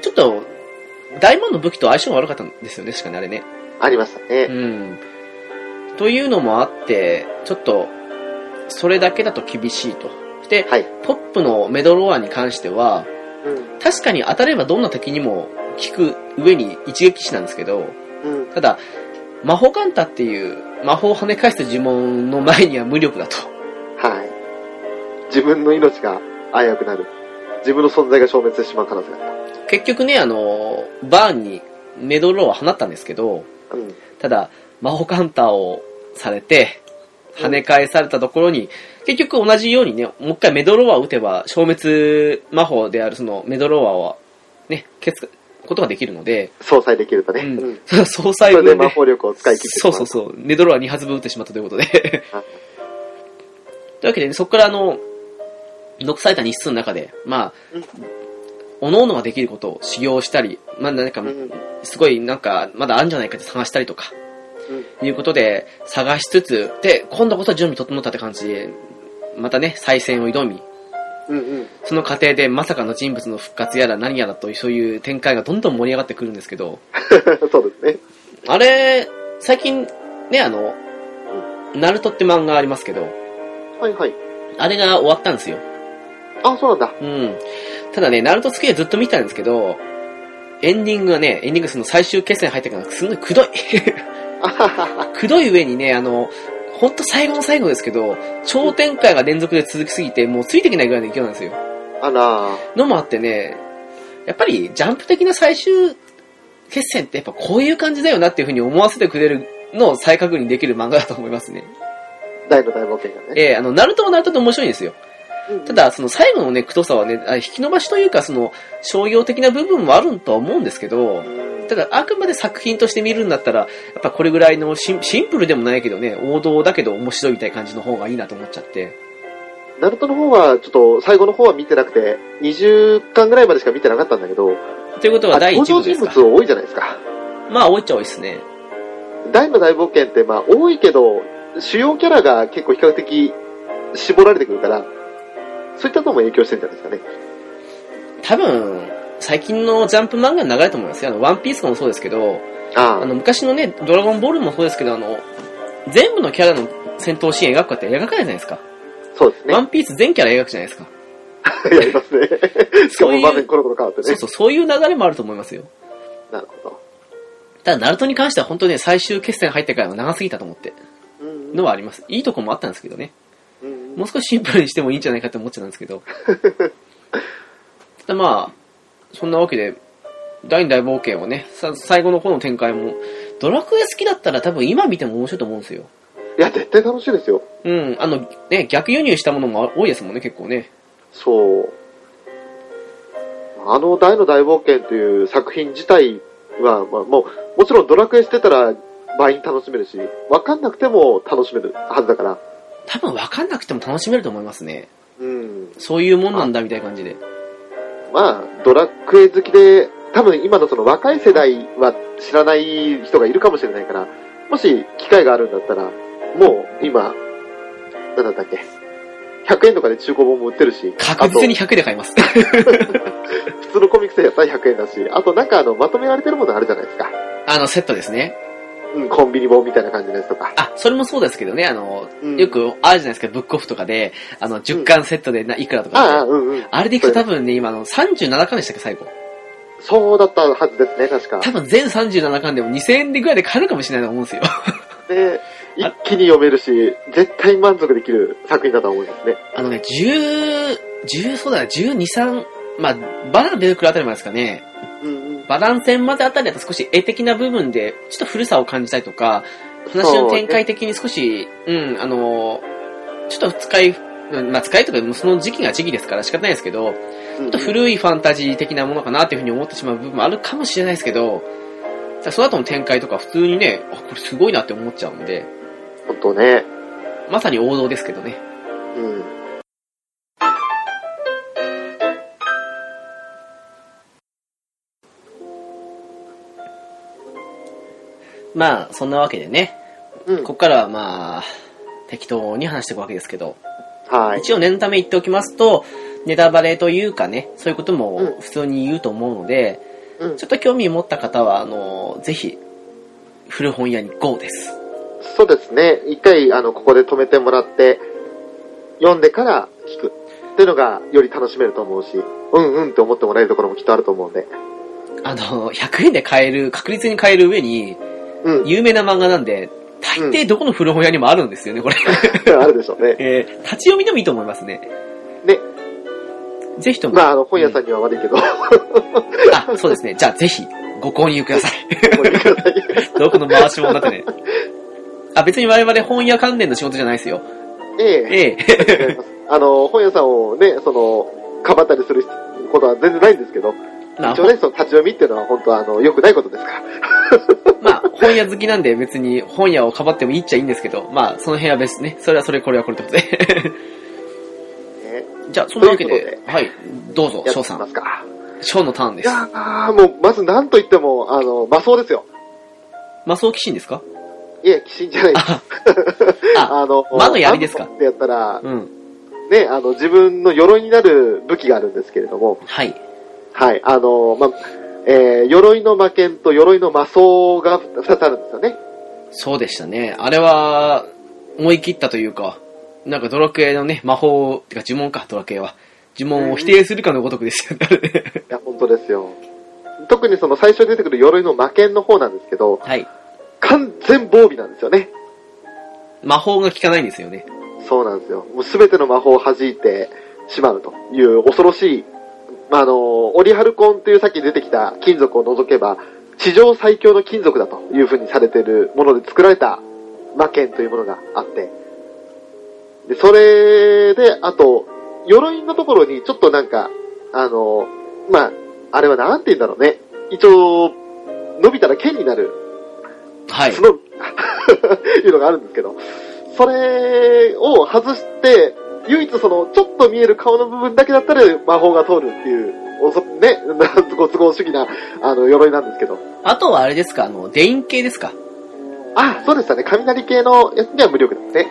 S1: ちょっと大魔王の武器と相性が悪かったんですよね確かにあれね
S2: ありました
S1: う
S2: ね。
S1: ん。というのもあって、ちょっと、それだけだと厳しいと。で、
S2: はい。
S1: ポップのメドローアに関しては、
S2: うん、
S1: 確かに当たればどんな敵にも効く上に一撃死なんですけど、
S2: うん、
S1: ただ、魔法カンタっていう魔法を跳ね返す呪文の前には無力だと。
S2: はい。自分の命が危うくなる。自分の存在が消滅してしまう可能性がある。
S1: 結局ね、あの、バーンにメドローア放ったんですけど、
S2: うん、
S1: ただ、魔法カンターをされて、跳ね返されたところに、結局同じようにね、もう一回メドロワを打てば、消滅魔法であるそのメドロワをね、消すことができるので、
S2: 相殺できるとね。
S1: う
S2: うん。
S1: ん。総
S2: そ
S1: 裁
S2: れで
S1: 分
S2: 魔
S1: で、
S2: 法力を使い切ってし
S1: そ
S2: ま
S1: うそうそう、メドロワ2発分打ってしまったと <laughs> いうことで。
S2: はい
S1: というわけで、ね、そこからあの、残された日数の中で、まあ
S2: うん、
S1: おのおのができることを修行したり、まあ何か、
S2: うん、
S1: すごいなんか、まだあるんじゃないかって探したりとか、いうことで探しつつ、で、今度こそ準備整ったって感じで、またね、再戦を挑み、
S2: うん、うん、うん。
S1: その過程でまさかの人物の復活やら何やらという、そういう展開がどんどん盛り上がってくるんですけど、
S2: <laughs> そうですね。
S1: あれ、最近ね、あの、ナルトって漫画ありますけど、
S2: はい、はい。
S1: あれが終わったんですよ。
S2: あ、そうなんだ。
S1: うん。ただね、ナルト好きでずっと見てたんですけど、エンディングがね、エンディングその最終決戦入ってからすんごいくどい。
S2: あははは。
S1: くどい上にね、あの、ほんと最後の最後ですけど、超展開が連続で続きすぎて、もうついていけないぐらいの勢いなんですよ。
S2: あら
S1: のもあってね、やっぱりジャンプ的な最終決戦ってやっぱこういう感じだよなっていうふうに思わせてくれるの再確認できる漫画だと思いますね。
S2: 大の大冒険がね。
S1: ええあの、ナルトもナルトで面白いんですよ。ただ、その最後のね、クトさはね、あ引き伸ばしというか、その、商業的な部分もあるとは思うんですけど、ただ、あくまで作品として見るんだったら、やっぱこれぐらいのシンシンプルでもないけどね、王道だけど面白いみたいな感じの方がいいなと思っちゃって。
S2: ナルトの方は、ちょっと最後の方は見てなくて、20巻ぐらいまでしか見てなかったんだけど、
S1: ということは
S2: あ
S1: 第
S2: 登
S1: 1
S2: 場
S1: 部で
S2: 人
S1: すか。
S2: 物多いじゃないですか。
S1: まあ、多いっちゃ多いですね。
S2: 大の大冒険って、まあ、多いけど、主要キャラが結構比較的絞られてくるから、そういったのも影響してるんじゃないです
S1: 多
S2: かね。
S1: 分、最近のジャンプ漫画の流れと思いますよ。あの、ワンピースとかもそうですけど、
S2: あ
S1: あ
S2: あ
S1: の、昔のね、ドラゴンボールもそうですけど、あの、全部のキャラの戦闘シーン描くかって描かないじゃないですか。
S2: そうですね
S1: ワ。ンピース全キャラ描くじゃないですか。
S2: <laughs> やりますね。しか
S1: そうい
S2: も
S1: う
S2: 場面コロコロ変わって
S1: そう
S2: ね。
S1: そう、そういう流れもあると思いますよ。
S2: なるほど。
S1: ただ、ナルトに関しては本当にね、最終決戦入ってからが長すぎたと思って、
S2: うん
S1: のはあります。いいとこもあったんですけどね。
S2: うん
S1: もう少しシンプルにしてもいいんじゃないかって思っちゃったんですけど。ただまあ、そんなわけで、第二大冒険をね、さ最後の方の展開も、ドラクエ好きだったら多分今見ても面白いと思うんですよ。
S2: いや、絶対楽しいですよ。
S1: うん、あの、ね、逆輸入したものも多いですもんね、結構ね。
S2: そう。あの大の大冒険という作品自体は、まあ、もう、もちろんドラクエしてたら倍に楽しめるし、わかんなくても楽しめるはずだから。
S1: 多分分かんなくても楽しめると思いますね。
S2: うん。
S1: そういうもんなんだみたいな感じで。
S2: まあ、ドラクエ好きで、多分今のその若い世代は知らない人がいるかもしれないから、もし機会があるんだったら、もう今、なんだったっけ、100円とかで中古本も売ってるし、
S1: 確実に100で買います。 <laughs>
S2: あと普通のコミックスやったら100円だし、あとなんかあの、まとめられてるものあるじゃないですか。
S1: あの、セットですね。
S2: うん、コンビニ本みたいな感じのやつとか。
S1: あ、それもそうですけどね、あの、
S2: うん
S1: よくあるじゃないですか、ブックオフとかで、あの、10巻セットでないくらと
S2: あああ
S1: か。
S2: あ、うんうん。
S1: あれでいくと多分ね、今あの、37巻でしたっけ、最後。
S2: そうだったはずですね、確か
S1: 多。分全37巻でも2000円でぐらいで買えるかもしれないと思うんですよ。
S2: で、一気に読めるし、絶対満足できる作品だと思いますね。
S1: あのね、10、10、そうだな、12、3、まあ、バラン出てくるあたりまでですかね。
S2: うんうん。
S1: バラン戦まであたりだと少し絵的な部分で、ちょっと古さを感じたりとか、話の展開的に少し、うん、あの、ちょっと使い、うんまあ使いとか、その時期が時期ですから仕方ないですけど、
S2: うん
S1: ちょ
S2: う
S1: っ
S2: ん
S1: と古いファンタジー的なものかなっていうふうに思ってしまう部分もあるかもしれないですけど、じゃあその後の展開とか普通にね、あ、これすごいなって思っちゃうんで、
S2: 本当ね。
S1: まさに王道ですけどね。
S2: うん。
S1: まあ、そんなわけでね、
S2: うん。
S1: ここからはまあ、適当に話していくわけですけど、
S2: はい。
S1: 一応念のため言っておきますと、ネタバレというかね、そういうことも
S2: うん
S1: 普通に言うと思うので、
S2: うん
S1: ちょっと興味持った方は、あの、ぜひ、古本屋に GO です。
S2: そうですね。一回、あの、ここで止めてもらって、読んでから聞く。っていうのが、より楽しめると思うし、うんうんって思ってもらえるところもきっとあると思うんで。
S1: あの、100円で買える、確実に買える上に、
S2: うん。
S1: 有名な漫画なんで、大抵どこの古本屋にもあるんですよね、これ。
S2: <laughs> あるでしょうね。
S1: えー立ち読みでもいいと思いますね。
S2: ね。
S1: ぜひとも。
S2: まあ、あの、本屋さんには悪い
S1: <laughs>
S2: けど、
S1: あ、そうですね。じゃあぜひ、ご購入くださ
S2: <laughs>
S1: い。
S2: もう言ってくださ
S1: <laughs>
S2: い。
S1: どこの回し物だってね。あ、別に我々本屋関連の仕事じゃないですよ。
S2: ええ。
S1: ええ。 <laughs>
S2: 違いますあの、本屋さんをね、その、かばったりすることは全然ないんですけど、
S1: まあ
S2: 一応、ね、その立ち読みっていうのは本当は、あの、良くないことですから。
S1: まあ、本屋好きなんで別に本屋をかばってもいいっちゃいいんですけど、まあ、その辺は別ね。それはそれ、これはこれってことで。 <laughs>
S2: ね、
S1: じゃあ、そんなわけで、
S2: というこ
S1: はい、どうぞ、
S2: やって
S1: 翔
S2: いき
S1: さ
S2: ま
S1: ん。
S2: すか。
S1: 翔のターンで
S2: い
S1: す。
S2: やー、もう、まず何と言っても、あの、魔装ですよ。
S1: マスオキシンですか
S2: いえ、鬼神じゃないです。
S1: あ、あ、 <laughs>
S2: の
S1: 魔の槍ですか
S2: 魔装ってやったら、
S1: うん。
S2: ね、あの、自分の鎧になる武器があるんですけれども、
S1: はい。
S2: はい、あの、ま、えー、鎧の魔剣と鎧の魔装が2つあるんですよね。
S1: そうでしたね。あれは、思い切ったというか、なんかドラクエのね、魔法、てか呪文か、ドラクエは。呪文を否定するかのごとくですよね。
S2: いや、本当ですよ。特にその最初に出てくる鎧の魔剣の方なんですけど、
S1: はい。
S2: 完全防備なんですよね。
S1: 魔法が効かないんですよね。
S2: そうなんですよ。もう全ての魔法を弾いてしまうという恐ろしい、まあ、あの、オリハルコンというさっき出てきた金属を除けば、史上最強の金属だというふうにされているもので作られた魔剣というものがあって、で、それで、あと、鎧のところにちょっとなんか、あの、まあ、あれはなんて言うんだろうね。一応、伸びたら剣になる
S1: はい
S2: そ。の、 <laughs> いうのがあるんですけど、それを外して、唯一その、ちょっと見える顔の部分だけだったら魔法が通るっていう、おそね、 <laughs> なんご都合主義な、あの、鎧なんですけど。
S1: あとはあれですか、あの、電印系ですか。
S2: あ、そうでしたね。雷系のやつには無力ですね。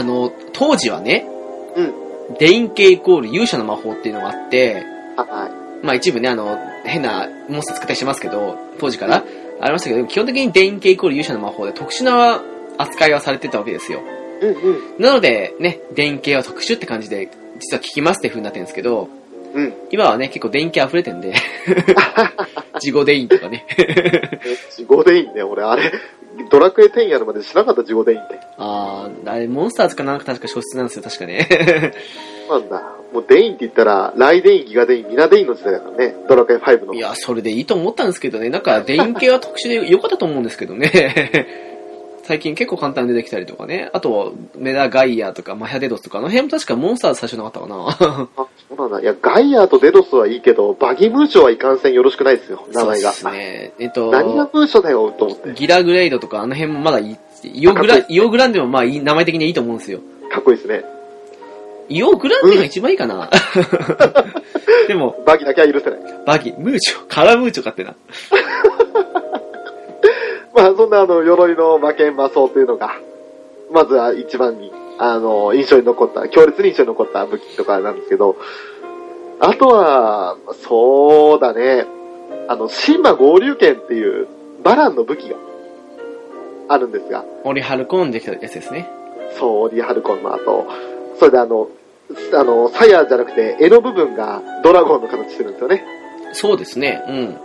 S1: あの、当時はね、
S2: う
S1: 電印系イコール勇者の魔法っていうのがあって、
S2: あはい。
S1: まあ一部ね、あの、変なモンスター作ったりしてますけど、当時からありましたけど、でも基本的に電印系イコール勇者の魔法で特殊な扱いはされてたわけですよ。
S2: うんうん。
S1: なので、ね、電気系は特殊って感じで、実は効きますって風になってるんですけど、
S2: うん。
S1: 今はね、結構電気系溢れてん
S2: <laughs>
S1: で、自己電印とかね。
S2: 地獄でいいね、俺。あれ、ドラクエ10やるまでしなかった地獄でいいって。
S1: あー、あれ、モンスターズかなんか確か小説なんですよ、確かね。
S2: <laughs> そうなんだ。もうデインって言ったら、ライデイン、ギガデイン、ミナデインの時代だからね。ドラクエ5の。
S1: いや、それでいいと思ったんですけどね。なんか、電気系は特殊で良かったと思うんですけどね。 <laughs> 最近結構簡単に出てきたりとかね。あと、メダガイアとか、マヒャデドスとか、あの辺も確かモンスターズ最初なかったかな。
S2: あ、そうなんだ。いや、ガイアとデロスはいいけど、バギムーチョはいかんせんよろしくないですよ、名前が。
S1: そうですね。えっと、
S2: 何がムーチョだよ、と思って。
S1: ギラグレイドとか、あの辺もまだいい。イオグラ、イオグランデもまあいい、名前的にはいいと思うんですよ。
S2: かっこいいですね。
S1: イオグランデが一番いいか <laughs> な。でも、
S2: バギだけは許せない。
S1: バギ、ムーチョ、カラムーチョかってな。
S2: まあ、そんなあの、鎧の魔剣魔装というのが、まずは一番に、あの、印象に残った、強烈に印象に残った武器とかなんですけど、あとは、そうだね、あの、神魔合流剣っていう、バランの武器が、あるんですが、
S1: オリハルコーンできたやつですね。
S2: そう、リハルコンの後、それであの、すあの、サヤじゃなくて、柄の部分がドラゴンの形してるんですよね。
S1: そうですね。うん。 <laughs>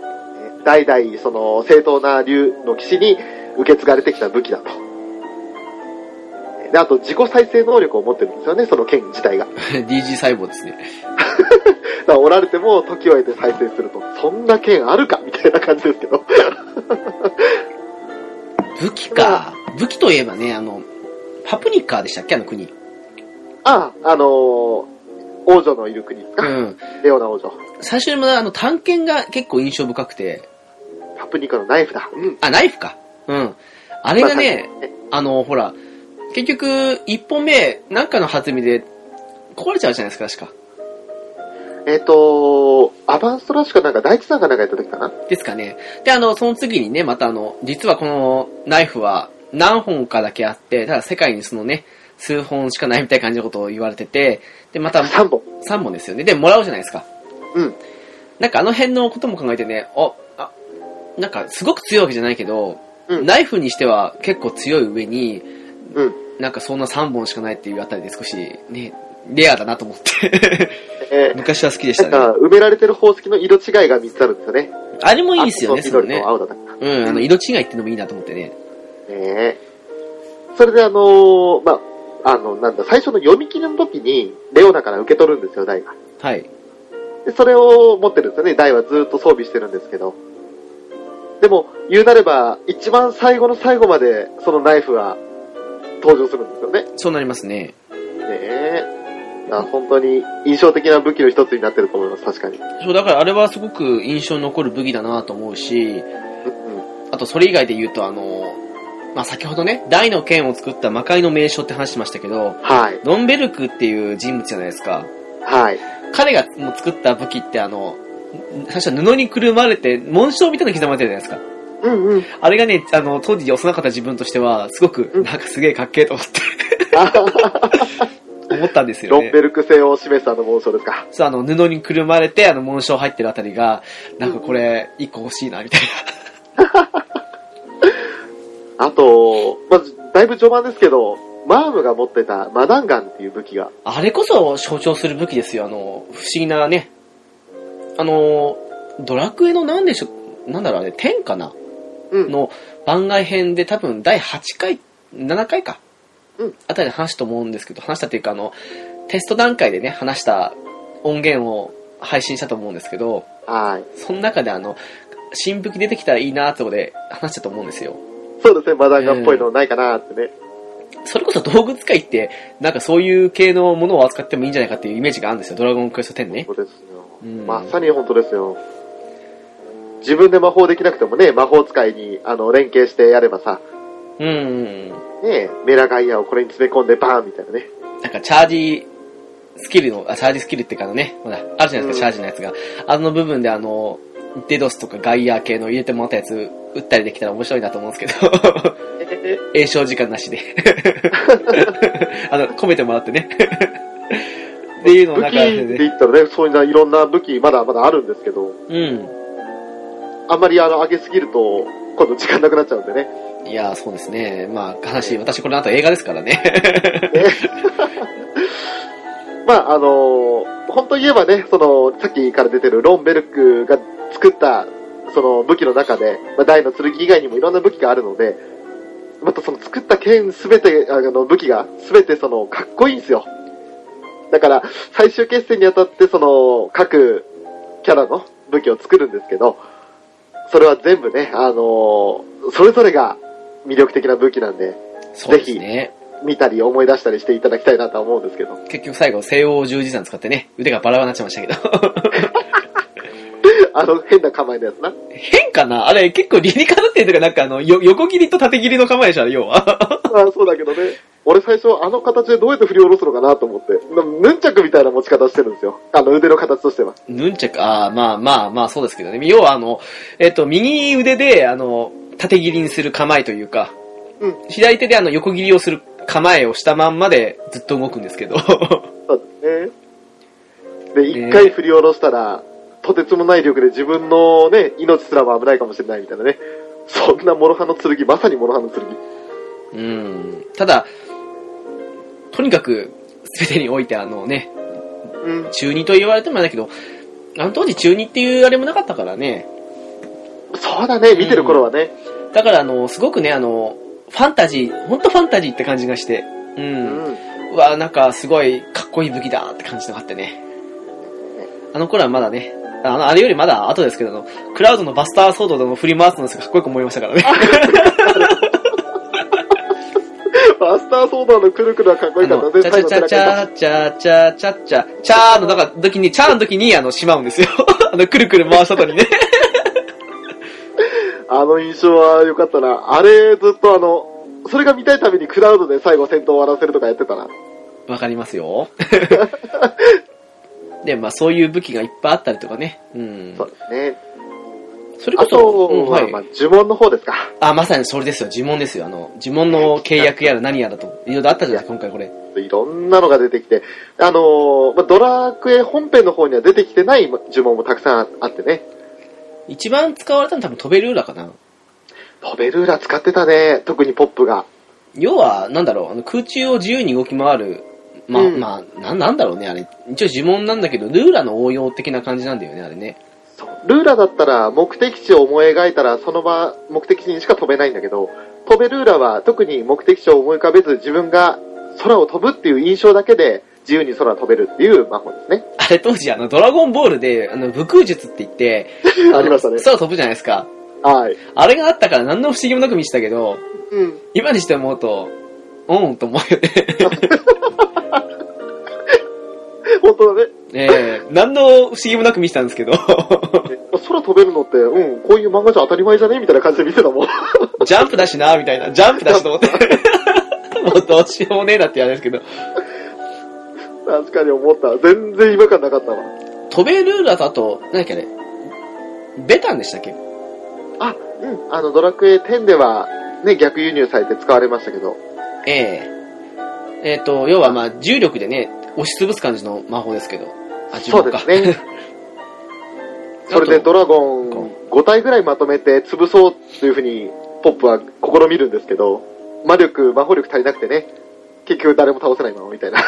S2: 代々、その、正当な竜の騎士に受け継がれてきた武器だと。で、あと、自己再生能力を持ってるんですよね、その剣自体が。だ
S1: DG 細胞ですね。
S2: から、おられても時を経て再生すると、そんな剣あるかみたいな感じですけど。
S1: 武器か。武器といえばね、あの、パプニカーでしたっけあの国。
S2: ああ、あのー王女のいる国です
S1: う
S2: か。
S1: ん。
S2: レオナ王女。
S1: 最初にもあの、探検が結構印象深くて。
S2: パプニカのナイフだ。うん。
S1: あ、ナイフか。うん。あれがね、あの、ほら、結局、一本目、なんかの弾みで壊れちゃうじゃないですか、確
S2: えっ、とアバンストラッシュかなんか、大地さんかなんかやった時かな。
S1: か。ですかね。で、あの、その次にね、またあの、実はこのナイフは何本かだけあって、ただ世界にそのね、数本しかないみたいな感じのことを言われてて、で、また
S2: 3本。
S1: 3本ですよね。で、もらうじゃないですか。
S2: うん。
S1: なんかあの辺のことも考えてね、あ、あ、なんかすごく強いわけじゃないけど、
S2: うん
S1: ナイフにしては結構強い上に、
S2: うん。
S1: なんかそんな3本しかないっていうあたりで少しね、レアだなと思 <laughs> って。
S2: えー
S1: 昔は好きでし
S2: なん
S1: たね。
S2: か、埋められてる宝石の色違いが3つあるんですよね。
S1: あれもいいですよね、
S2: 赤
S1: その
S2: と緑
S1: ね
S2: と。青だったか
S1: うん、あの、色違いってのもいいなと思ってね。
S2: な。ねえそれであのーまあ、あの、なんだ、最初の読み切りの時に、レオナから受け取るんですよ、ダイが。
S1: はい。
S2: で、それを持ってるんですよね、ダイはずっと装備してるんですけど。でも、言うなれば、一番最後の最後まで、そのナイフは、登場するんですよね。
S1: そうなりますね。
S2: ねえ。あ本当に印象的な武器の一つになってると思います、確かに。
S1: そう、だからあれはすごく印象に残る武器だなと思うし、
S2: うんうん
S1: あとそれ以外で言うと、あの、まあ、先ほどね、大の剣を作った魔界の名称って話しましたけど、
S2: はい。
S1: ロンベルクっていう人物じゃないですか。
S2: はい。
S1: 彼がもう作った武器ってあの、最初は布にくるまれて、紋章みたいなの刻まれてるじゃないですか。
S2: うんうん。
S1: あれがね、あの、当時幼かった自分としては、すごく、
S2: うん
S1: なんかすげえかっけえと思って、 <laughs> 思ったんですよ
S2: ロン
S1: ね。
S2: ベルク性を示したあの紋章ですか。
S1: そう、あの、布にくるまれて、あの、紋章入ってるあたりが、なんかこれ、一個欲しいな、みたい
S2: あと、まず、だいぶ序盤ですけど、マームが持ってたマダンガンっていう武器が、
S1: な。あれこそ象徴する武器ですよ、あの、不思議なね。あの、ドラクエのなんでしょ、なんだろう、あれ、天かな
S2: うん、
S1: の番外編で多分第8回、7回か。
S2: うん
S1: あたりで話したと思うんですけど、話したっていうかあの、テスト段階でね、話した音源を配信したと思うんですけど、
S2: はい。
S1: その中であの、新武器出てきたらいいなってことで話したと思うんですよ。
S2: そうですね、マダンガっぽいのないかなってね。
S1: それこそ道具使いって、なんかそういう系のものを扱ってもいいんじゃないかっていうイメージがあるんですよ。ドラゴンクエスト10ね。
S2: そうですよ。
S1: うん
S2: まさに本当ですよ。自分で魔法できなくてもね、魔法使いにあの連携してやればさ、
S1: うん。
S2: ね、メラガイアをこれに詰め込んでバーンみたい
S1: <laughs>
S2: なね。
S1: なんかチャージスキルの、あ、チャージスキルっていうかあのね、ほら、あるじゃないですか、チャージのやつが。あの部分であの、デドスとかガイア系の入れてもらったやつ、打ったりできたら面白いなと思うんですけど、 <laughs> 炎症時間なしで。あの、込めてもらってね。っていうのを
S2: 武
S1: なん
S2: 器
S1: かあれ
S2: で
S1: でね、
S2: 言ったらね、そういうないろんな武器まだまだあるんですけど、
S1: う
S2: あんまりあの上げすぎると、今度時間なくなっちゃうんでね。
S1: ん。いやー、そうですね。まあ、話、私これあと映画ですから
S2: <laughs>
S1: ね。
S2: ね <laughs> まああの本当言えばね、その、さっきから出てるロンベルクが作った、その武器の中で、まあ、大の剣以外にもいろんな武器があるので、またその作った剣すべて、あの、武器がすべてその、かっこいいんですよ。だから、最終決戦にあたってその、各キャラの武器を作るんですけど、それは全部ね、あのそれぞれが魅力的な武器なんで、
S1: そうですね。
S2: 見たり思い出したりしていただきたいなとは思うんですけど。 <laughs>
S1: 結局最後、西欧十字山使ってね、腕がバラバラになっちゃいましたけど。 <laughs>
S2: あの変な構えのやつな。 <laughs>
S1: 変かなあれ、結構理にかなってるというか、なんかあの、よ横切りと縦切りの構えでしょ、あれ要は。 <laughs>
S2: あそうだけどね。俺最初あの形でどうやって振り下ろすのかなと思って。なヌンチャクみたいな持ち方してるんですよ。あの腕の形としては。
S1: ヌンチャク、ああ、まあまあまあ、そうですけどね。要はあの、えっと、右腕で、あの、縦切りにする構えというか、
S2: うん
S1: 左手であの、横切りをする構えをしたまんまでずっと動くんですけど。 <laughs>
S2: そうですね。で、
S1: ね
S2: 一回振り下ろしたら、とてつもない力で自分のね、命すらも危ないかもしれないみたいなね。そんな諸刃の剣、まさに諸刃の剣。
S1: うん。ただ、とにかく、すべてにおいてあのね、
S2: うん。
S1: 中二と言われてもあれだけど、あの当時中二っていうあれもなかったからね。
S2: そうだね、見てる頃はね。
S1: だからあの、すごくね、あの、ファンタジー、ほんとファンタジーって感じがして、う。
S2: うんん。
S1: うわ、なんかすごいかっこいい武器だって感じのがあってね。あの頃はまだね、あの、あれよりまだ後ですけど、あのクラウドのバスターソードでも振り回すのすごいかっこよく思いましたからね。
S2: マスターソーダのくるくるはかっこ
S1: あ
S2: よかった
S1: の、
S2: ね。
S1: チャチャチャチャチャチャチャ、チャーの中、時に、チャーの時に、あの、しまうんですよ。あの、くるくる回した後にね。
S2: あの印象は良かったな。あれ、ずっとあの、それが見たいためにクラウドで最後戦闘を終わらせるとかやってたな。
S1: わかりますよ。 <laughs> で、まあ、そういう武器がいっぱいあったりとかね。うん
S2: そ。うですね。
S1: それこ
S2: あ
S1: そ、
S2: と、
S1: うん
S2: まあまあ、呪文の方ですか。
S1: あ、まさにそれですよ。呪文ですよ。あの、呪文の契約やら何やらと、いろいろあったじゃないですか、今回これ。
S2: いろんなのが出てきて、あのーまあ、ドラクエ本編の方には出てきてない呪文もたくさんあってね。
S1: 一番使われたの多分飛べるーラかな。
S2: 飛べる裏使ってたね。特にポップが。
S1: 要は、なんだろう、あの空中を自由に動き回る、まあ、
S2: うん
S1: まあ、なんなんだろうね、あれ。一応呪文なんだけど、ルーラの応用的な感じなんだよね、あれね。
S2: そうルーラだったら目的地を思い描いたらその場、目的地にしか飛べないんだけど、飛べルーラは特に目的地を思い浮かべず自分が空を飛ぶっていう印象だけで自由に空を飛べるっていう魔法ですね。
S1: あれ当時、あの、ドラゴンボールで、あの、武空術って言って、の
S2: <laughs> ありましたね
S1: 空飛ぶじゃないですか。
S2: はい。
S1: あれがあったから何の不思議もなく見てたけど、
S2: うん。
S1: 今にして思うと、うん、と思うよ <laughs> ね。
S2: 本当だね。
S1: ええ何の不思議もなく見てたんです <laughs> けど。
S2: 空飛べるのって、うん、こういう漫画じゃ当たり前じゃねみたいな感じで見てたもん。 <laughs>
S1: ジャンプだしな、みたいな。ジャンプだ <laughs> しと思って。もうどうしようもねえなって言われですけど。
S2: 確かに思った。全然違和感なかったわ。
S1: 飛べルーラーとあと、何だっけあれベタンでしたっけ
S2: あ、うん。あの、ドラクエ10では、ね、逆輸入されて使われましたけど。
S1: えええっ、と、要はまあ、重力でね、押し潰す感じの魔法ですけど。あ、
S2: そ
S1: 呪文
S2: う
S1: か。
S2: で
S1: <laughs>
S2: すね。それでドラゴン5体ぐらいまとめて潰そうというふうにポップは試みるんですけど、魔力、魔法力足りなくてね、結局誰も倒せないままみたいな。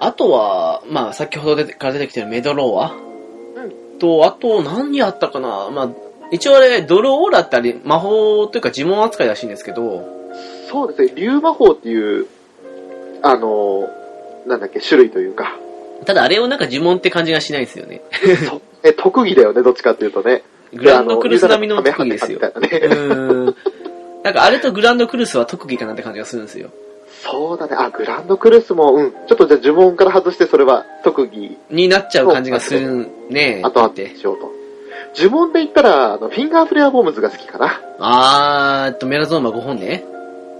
S1: あとは、まあ、先ほど出てから出てきてるメドローア。
S2: う
S1: と、あと、何やったかなまあ、一応あれ、ドローオーラってあれ、魔法というか呪文扱いらしいんですけど、
S2: <laughs> そうですね、竜魔法っていう、あの、なんだっけ、種類という <laughs> か、
S1: ただあれをなんか呪文って感じがしないんですよね。
S2: そうえ特技だよね、どっちかっていうとね。
S1: グランドクルス並みの特技ですよ。
S2: あの
S1: うーん。なんかあれとグランドクルスは特技かなって感じがするんですよ。
S2: <laughs> そうだね。あ、グランドクルスも、うん。ちょっとじゃあ呪文から外して、それは特技、
S1: になっちゃう感じがするね。
S2: 後々
S1: だって
S2: に。しようと。呪文で言ったら、あの、フィンガーフレアボームズが好きかな。
S1: あーえっと、メラゾーマ5本ね。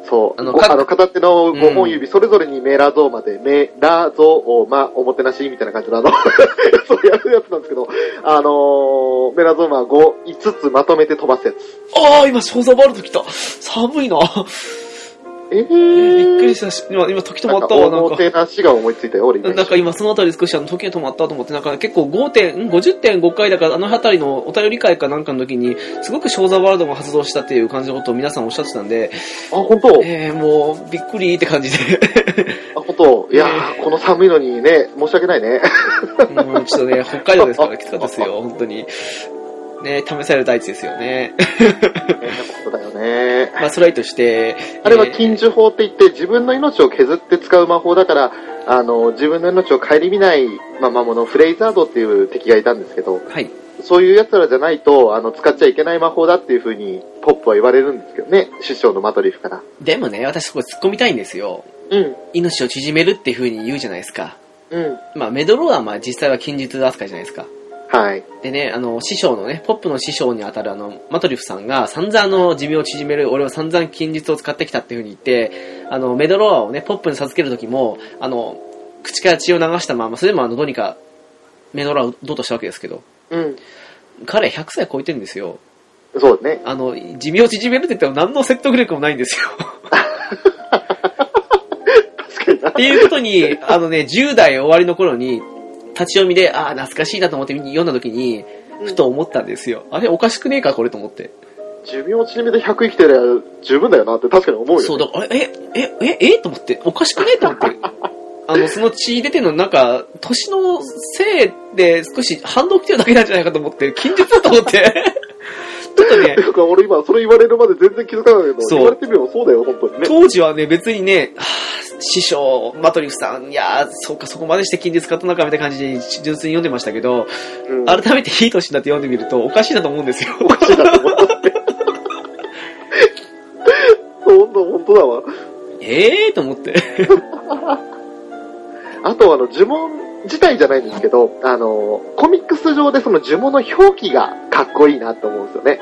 S2: そう。
S1: あ
S2: あ
S1: の
S2: の、
S1: 各
S2: あの片手の5本指、それぞれにメラゾーマで、メラゾーマ、おもてなしみたいな感じの、あの、 <laughs> そうやるやつなんですけど、あのーメラゾーマ5、5つまとめて飛ばすやつ。
S1: あー今、ショーザバルト来た。寒いな。
S2: えー、
S1: えーびっくりしたし、今、今、時止
S2: な
S1: ま
S2: んか
S1: ったわ、な
S2: お
S1: ん
S2: も
S1: か。
S2: てなしが思いついたよ、俺今。
S1: なんか今そのあたり少しあの時が止まったと思って、なんか結構5点、50.5回だからあのあたりのお便り会かなんかの時に、すごくショーザワールドも発動したっていう感じのことを皆さんおっしゃってたんで、
S2: あ、本当
S1: えー、もうびっくりって感じ
S2: <laughs>
S1: で、
S2: あ、本当いやー、この寒いのにね、申し訳な
S1: <laughs>
S2: いね。
S1: もうちょっとね、北海道ですからきつかったですよ、本当に。ね、試される大地ですよね。
S2: そうだよね。
S1: まあ、それはいいとして、
S2: <laughs> あれは
S1: えー
S2: 禁呪法って言って、自分の命を削って使う魔法だから、あの、自分の命を顧みない、まあ、魔物、フレイザードっていう敵がいたんですけど、
S1: はい。
S2: そういう奴らじゃないと、あの、使っちゃいけない魔法だっていう風に、ポップは言われるんですけどね、師匠のマトリフから。
S1: でもね、私そこ突っ込みたいんですよ。
S2: うん、
S1: 命を縮めるっていう風に言うじゃないですか。
S2: うん、
S1: まあ、メドローはまあ実際は禁実扱いじゃないですか。
S2: はい。
S1: でね、あの、師匠のね、ポップの師匠にあたるあの、マトリフさんが散々あの、寿命を縮める、俺は散々近日を使ってきたっていう風に言って、あの、メドローアをね、ポップに授ける時も、あの、口から血を流したまま、それでもあの、どうにか、メドローアをどうとしたわけですけど、
S2: うん、
S1: 彼100歳超えてるんですよ。
S2: そうね。
S1: あの、寿命を縮めるって言っても何の説得力もないんですよ。
S2: 確かにな
S1: っていうことに、あのね、10代終わりの頃に、立ち読みで、ああ、懐かしいなと思って読んだ時に、ふと思ったんですよ。あれ、おかしくねえか、これと思って。
S2: 寿命縮めて100生きてりゃ十分だよなって確かに思うよ、ね。
S1: そう、だから、え、え、え、え、えと思って、おかしくねえと思って。 <laughs> あの、その血出てるの、なんか、年のせいで少し反動来てるだけなんじゃないかと思って、近日だと思って。 <laughs> ちょっとね
S2: て、いうか俺今それ言われるまで全然気づかないけど、
S1: そう
S2: 言われてみればそうだよ、本当にね。
S1: 当時はね、別にね、はあ師匠、マトリフさん、いやー、そうか、そこまでして近日買ったのか、みたいな感じで純粋に読んでましたけど、
S2: うん <laughs>
S1: 改めていい年になって読んでみると、おかしいなと思うん <laughs> ですよ。
S2: おかしいなと思って。ほんと、ほんとだわ。
S1: えーと思って。
S2: あと、あの、呪文自体じゃないんですけど、あの、コミックス上でその呪文の表記がかっこいいなと思うんですよね。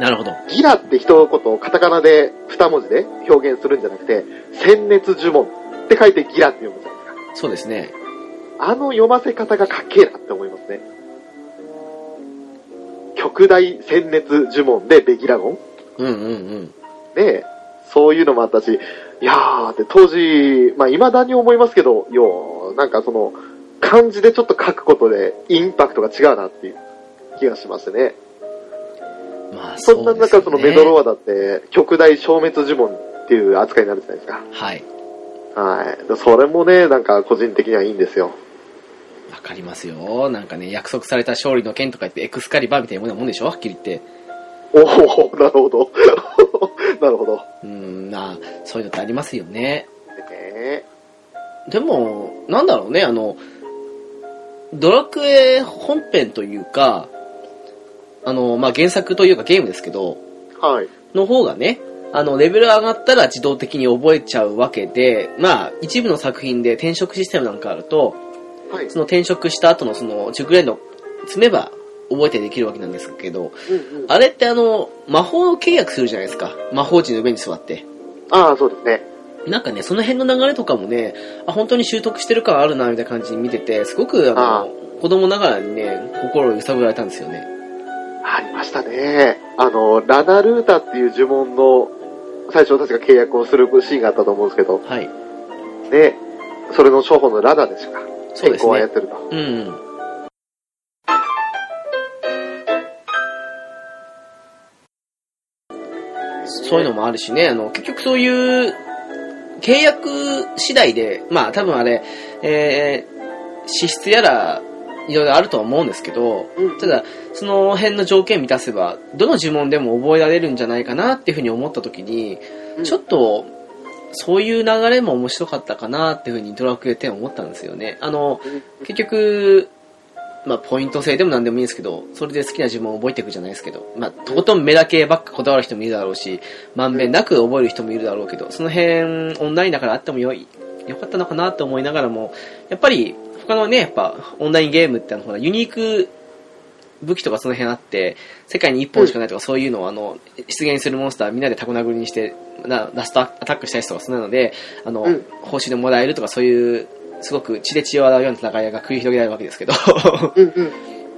S1: なるほど。
S2: ギラって一言、カタカナで二文字で表現するんじゃなくて、鮮烈呪文って書いてギラって読むじゃないですか。
S1: そうですね。
S2: あの読ませ方がかっけえなって思いますね。極大鮮烈呪文でベギラゴン
S1: うんうんうん。
S2: ねえ、そういうのもあったし、いやーって当時、まあ未だに思いますけど、よー、なんかその、漢字でちょっと書くことでインパクトが違うなっていう気がしましてね。
S1: まあ、
S2: そんな
S1: うですよ
S2: 中、そのメドローアだって、極大消滅呪文っていう扱いになるじゃないです
S1: はい。
S2: か。はい。それもね、なんか個人的にはいいんですよ。
S1: わかりますよ。なんかね、約束された勝利の剣とか言って、エクスカリバーみたいなもんなもんでしょはっきり言って。
S2: おおなるほど。 <laughs> なるほど。ね
S1: うーん、まあ、そういうのってありますよね。
S2: え
S1: でも、なんだろうね、あの、ドラクエ本編というか、あの、まあ、原作というかゲームですけど、
S2: はい。
S1: の方がね、あの、レベル上がったら自動的に覚えちゃうわけで、まあ、一部の作品で転職システムなんかあると、
S2: はい。
S1: その転職した後のその熟練度積めば覚えてできるわけなんですけど、
S2: うんうん、
S1: あれってあの、魔法契約するじゃないですか。魔法陣の上に座って。
S2: ああ、そうですね。
S1: なんかね、その辺の流れとかもね、あ、本当に習得してる感あるな、みたいな感じに見てて、すごく、あの、
S2: ああ
S1: 子供ながらにね、心を揺さぶられたんですよね。
S2: ありましたね。あの、ラナルータっていう呪文の最初確か契約をするシーンがあったと思うんですけど、
S1: はい。
S2: ね、それの商法のラナでしか、
S1: そうです
S2: を操
S1: ね。
S2: ると。
S1: うんうん。そういうのもあるしね、あの、結局そういう、契約次第で、まあ多分あれ、えー、資質やら、いろいろあるとは思うんですけど、
S2: うん
S1: ただ、その辺の条件満たせば、どの呪文でも覚えられるんじゃないかなっていうふうに思った時に、
S2: うん
S1: ちょっと、そういう流れも面白かったかなっていうふうにドラクエ10思ったんですよね。あの、
S2: うん
S1: 結局、まあ、ポイント制でも何でもいいんですけど、それで好きな呪文を覚えていくじゃないですけど、まあ、とことん目だけばっかこだわる人もいるだろうし、まんべんなく覚える人もいるだろうけど、その辺、オンラインだからあってもよい、よかったのかなと思いながらも、やっぱり、他のね、やっぱ、オンラインゲームってあの、ほら、ユニーク武器とかその辺あって、世界に一本しかないとか、そういうのを、あの、出現するモンスターみんなでタコ殴りにして、なラストアタックしたりとか、そんなので、あの、
S2: うん
S1: 報酬でもらえるとか、そういう、すごく血で血を洗うような戦いが繰り広げられるわけですけど、 <laughs>
S2: うんうん。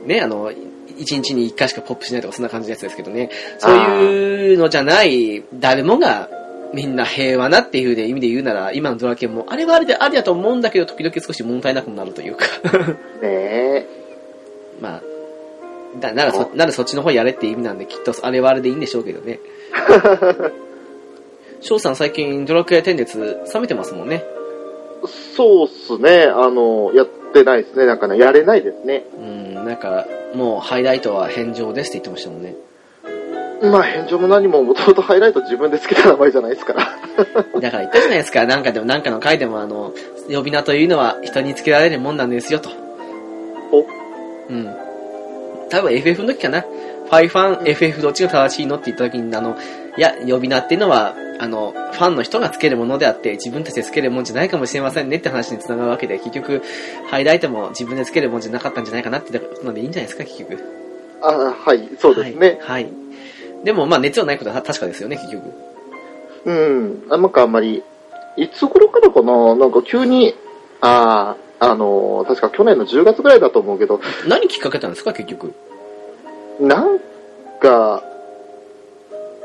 S1: ね、あの、一日に一回しかポップしないとかそんな感じのやつですけどね、そういうのじゃない、誰もがみんな平和なっていう意味で言うなら、今のドラケンもあれはあれでありだと思うんだけど、時々少し物足りなくなるというか、 <laughs>
S2: ねえ。
S1: まあ、だならそ、ならそっちの方やれって意味なんで、きっとあれはあれでいいんでしょうけどね。翔さん最近ドラクエ10列冷めてますもんね。
S2: そうっすね。あの、やってないですね。なんかね、やれないですね。
S1: うん、なんか、もうハイライトは返上ですって言ってましたもんね。
S2: まあ、返上も何も、もともとハイライト自分でつけた名前じゃないですから。 <laughs>
S1: だから言ったじゃないですか、なんかでもなんかの回でもあの、呼び名というのは人につけられるもんなんですよと。
S2: お
S1: うん。多分 FF の時かな。ファイファン、FF どっちが正しいのって言った時に、あの、いや、呼び名っていうのは、あの、ファンの人がつけるものであって、自分たちでつけるもんじゃないかもしれませんねって話につながるわけで、結局、ハイライトも自分でつけるもんじゃなかったんじゃないかなってことなんでいいんじゃないですか、結局。
S2: あはい、そうですね。
S1: はい。はい。でも、まあ、熱はないことは確かですよね、結局。
S2: うん。あなんかあんまり、いつ頃からかななんか急に、ああ、あの、確か去年の10月ぐらいだと思うけど、
S1: 何きっかけなんですか、結局。
S2: なんか、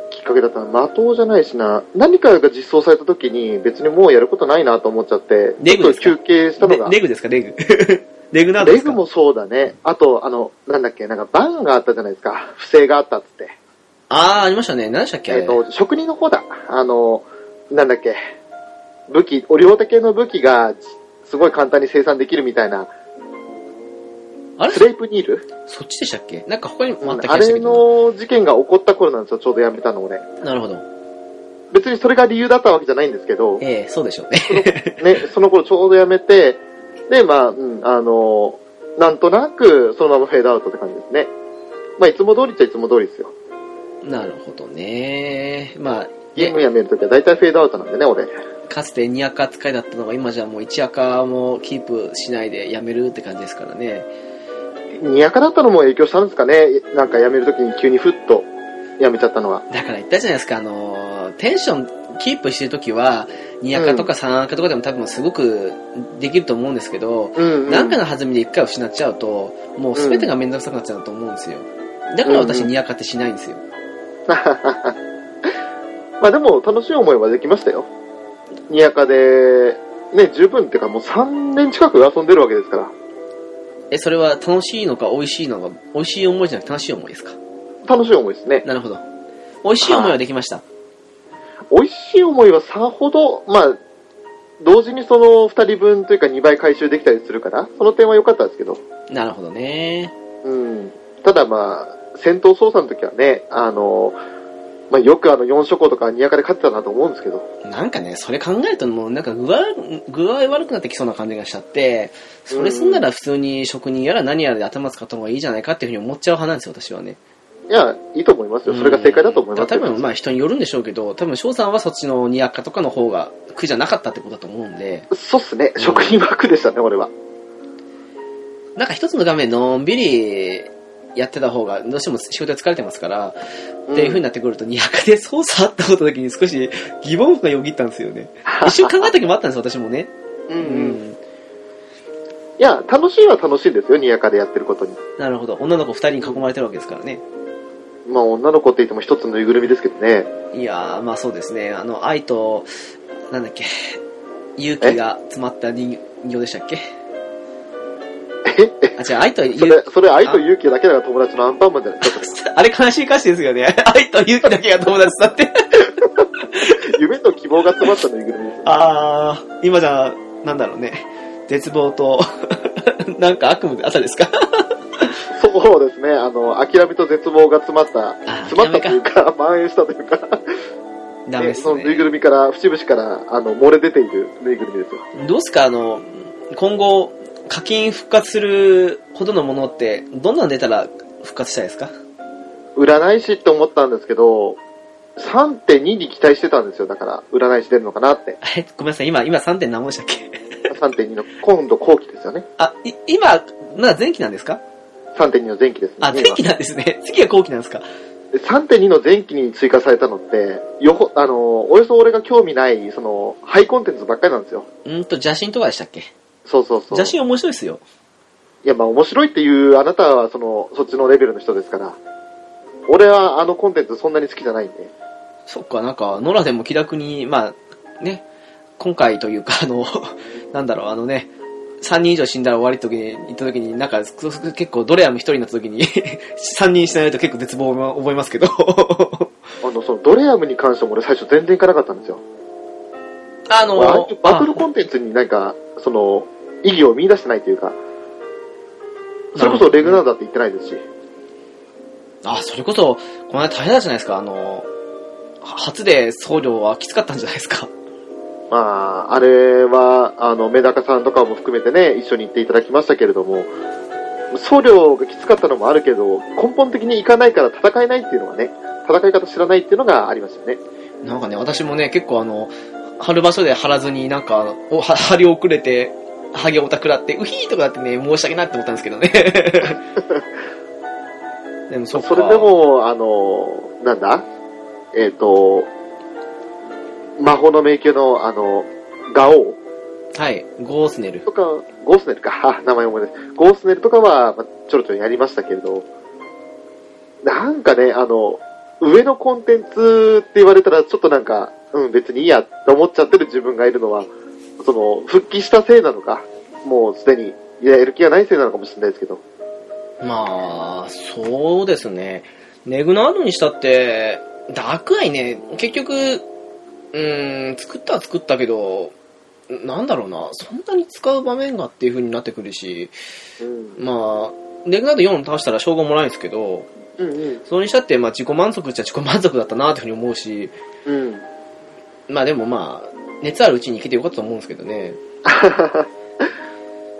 S2: きっかけだったな。的じゃないしな。何かが実装された時に別にもうやることないなと思っちゃって、
S1: レ
S2: ち
S1: グ
S2: ょ
S1: で
S2: っ
S1: す
S2: と
S1: か
S2: 休憩したのが。
S1: レレグですか、レグ。 <laughs> レグなんで
S2: レ
S1: すか
S2: グもそうだね。あと、あの、なんだっけ、なんかバンがあったじゃないですか。不正があったっつって。
S1: ああ、ありましたね。何でしたっけあ
S2: え
S1: れ、
S2: っ、と、職人の方だ。あの、なんだっけ、武器、お両手系の武器が、すごい簡単に生産できるみたいな、
S1: あれ
S2: スレイプニール、
S1: そっちでしたっけなんか他にもあった気
S2: あ
S1: がした
S2: れ
S1: けど。
S2: の事件が起こった頃なんですよ、ちょうどやめたの俺。
S1: なるほど。
S2: 別にそれが理由だったわけじゃないんですけど、ね、
S1: ええそうでしょうね。 <laughs>
S2: その頃ちょうどやめて、で、まあ、うん、あの、なんとなく、そのままフェードアウトって感じですね。まあ、いつも通りっちゃいつも通りですよ。
S1: なるほどね。まあ、
S2: ゲーム
S1: ね、
S2: やめるときは大体フェードアウトなんでね、俺。
S1: かつて2アカ使いだったのが今じゃもう1アカもキープしないでやめるって感じですからね。
S2: にやかだったのも影響したんですかねなんか辞めるときに急にふっと辞めちゃったのは。
S1: だから言ったじゃないですか、あのー、テンションキープしてるときは、2アカとか3アカとかでも多分すごくできると思うんですけど、
S2: うん、うん。
S1: なんかの弾みで一回失っちゃうと、もう全てが面倒くさくなっちゃうと思うんですよ。だから私
S2: うんうん
S1: にやかってしないんですよ。
S2: <laughs> まあでも楽しい思いはできましたよ。にやかで、ね、十分っていうかもう3年近く遊んでるわけですから。
S1: え、それは楽しいのか美味しいのか、美味しい思いじゃなくて楽しい思いですか
S2: 楽しい思いですね。
S1: なるほど。美味しい思いはできました。
S2: 美味しい思いはさほど、まあ、同時にその2人分というか2倍回収できたりするから、その点は良かったですけど。
S1: なるほどね。
S2: うん。ただまあ、戦闘操作の時はね、あの、まあよくあの4諸行とかにやかで勝ってたなと思うんですけど。
S1: なんかね、それ考えるともうなんか具合、具合悪くなってきそうな感じがしちゃって、それすんなら普通に職人やら何やらで頭使った方がいいじゃないかっていうふうに思っちゃう派なんですよ、私はね。
S2: いや、いいと思いますよ。それが正解だと思います
S1: うん
S2: よ。
S1: 多分まあ人によるんでしょうけど、多分翔さんはそっちのにやかとかの方が苦じゃなかったってことだと思うんで、
S2: そうっすね。職人バックでしたね、俺は。
S1: なんか一つの画面のんびりやってた方がどうしても仕事で疲れてますから、っていう風になってくると、200で操作あったことだけに少し疑問符がよぎったんですよ
S2: <laughs>
S1: ね。一瞬考えた時もあったんですよ、私もね。
S2: うん
S1: う
S2: うん。いや、楽しいは楽しいんですよ、にやかでやってることに。
S1: なるほど。女の子2人に囲まれてるわけですからね。
S2: まあ、女の子って言っても一つのぬいぐるみですけどね。
S1: いやー、まあそうですね。あの、愛と、なんだっけ、勇気が詰まった人形でしたっけあ、違う、愛と
S2: そ
S1: 勇
S2: れ、それ、愛と勇気だけだから友達のアンパンマンじゃないですかそ
S1: 気、あれ悲しい歌詞ですよね。 <laughs> 愛と勇気だけが友達だって。
S2: れ。夢と希望が詰まったぬいぐるみですよ。
S1: あー、今じゃ、なんだろうね。絶望と、 <laughs> なんか悪夢で朝ですか
S2: そうですね、あの、諦めと絶望が詰まった、詰まったというか、蔓延したというか、
S1: ダメ
S2: ね
S1: で
S2: そ
S1: す
S2: のぬい
S1: ね。
S2: ぐるみから、節々から、あの、漏れ出ているぬいぐるみですよ。
S1: どうすかあの、今後、課金復活するほどのものって、どんなん出たら復活したいですか
S2: 占い師って思ったんですけど、3.2に期待してたんですよ。だから、占い師出るのかなって。
S1: あれごめんなさい、今、今 3. 点何本でしたっけ
S2: 3.2の、今度後期ですよね。
S1: あ、い今、まだ前期なんですか
S2: 3.2の前期ですね。
S1: あ、前期なんですね。次は後期なんですか
S2: で3.2の前期に追加されたのって、よほ、あの、およそ俺が興味ない、その、ハイコンテンツばっかりなんですよ。
S1: うーんと、邪神とかでしたっけ
S2: そうそうそう。
S1: 邪神面白いですよ。
S2: いや、まあ面白いっていうあなたは、その、そっちのレベルの人ですから。俺はあのコンテンツそんなに好きじゃないんで。
S1: そっか、なんか、ノラでも気楽に、まあ、ね、今回というか、あの、 <laughs> なんだろう、あのね、3人以上死んだら終わりって時に、行った時に、なんか、そそ結構、ドレアも1人になった時に、3人死なないと結構絶望を覚えますけど。
S2: あの、その、ドレアムに関しても俺最初全然行かなかったんですよ。
S1: <laughs> あの、
S2: 俺ああいうバトル
S1: あ
S2: コンテンツになんか、その、意義を見出してないというか、それこそレグナーだって言ってないですし。
S1: あ、それこそ、この間大変だったじゃないですか、あの、は初で僧侶はきつかったんじゃないですか。
S2: まあ、あれは、あの、メダカさんとかも含めてね、一緒に行っていただきましたけれども、送料がきつかったのもあるけど、根本的に行かないから戦えないっていうのはね、戦い方知らないっていうのがありましたよね。
S1: なんかね、私もね、結構あの、春場所で張らずに、なんか、おは張り遅れて、ハゲオタくらって、ウヒーとかだってね、申し訳ないって思ったんですけ
S2: <laughs>
S1: どね。でもそっか
S2: それで、も、あの、なんだえっ、と、魔法の迷宮の、あの、ガオウ
S1: はい、ゴースネル。
S2: とか、ゴースネルか、 <laughs> あ名前思い出す。ゴースネルとかは、まあちょろちょろやりましたけれど、なんかね、あの、上のコンテンツって言われたら、ちょっとなんか、うん、別にいいやって思っちゃってる自分がいるのは、その、復帰したせいなのか、もうすでに、いや、やる気がないせいなのかもしれないですけど、
S1: まあ、そうですね。ネグナードにしたって、ダークアイね、結局、うーん、作ったは作ったけど、なんだろうな、そんなに使う場面がっていう風になってくるし、
S2: うん、
S1: まあ、ネグナード4倒したら称号もらえるんですけど、
S2: うん、うん、
S1: それにしたって、まあ、自己満足っちゃ自己満足だったなというふうに思うし、
S2: うん。
S1: まあでもまあ、熱あるうちに行けてよかったと思うんですけどね。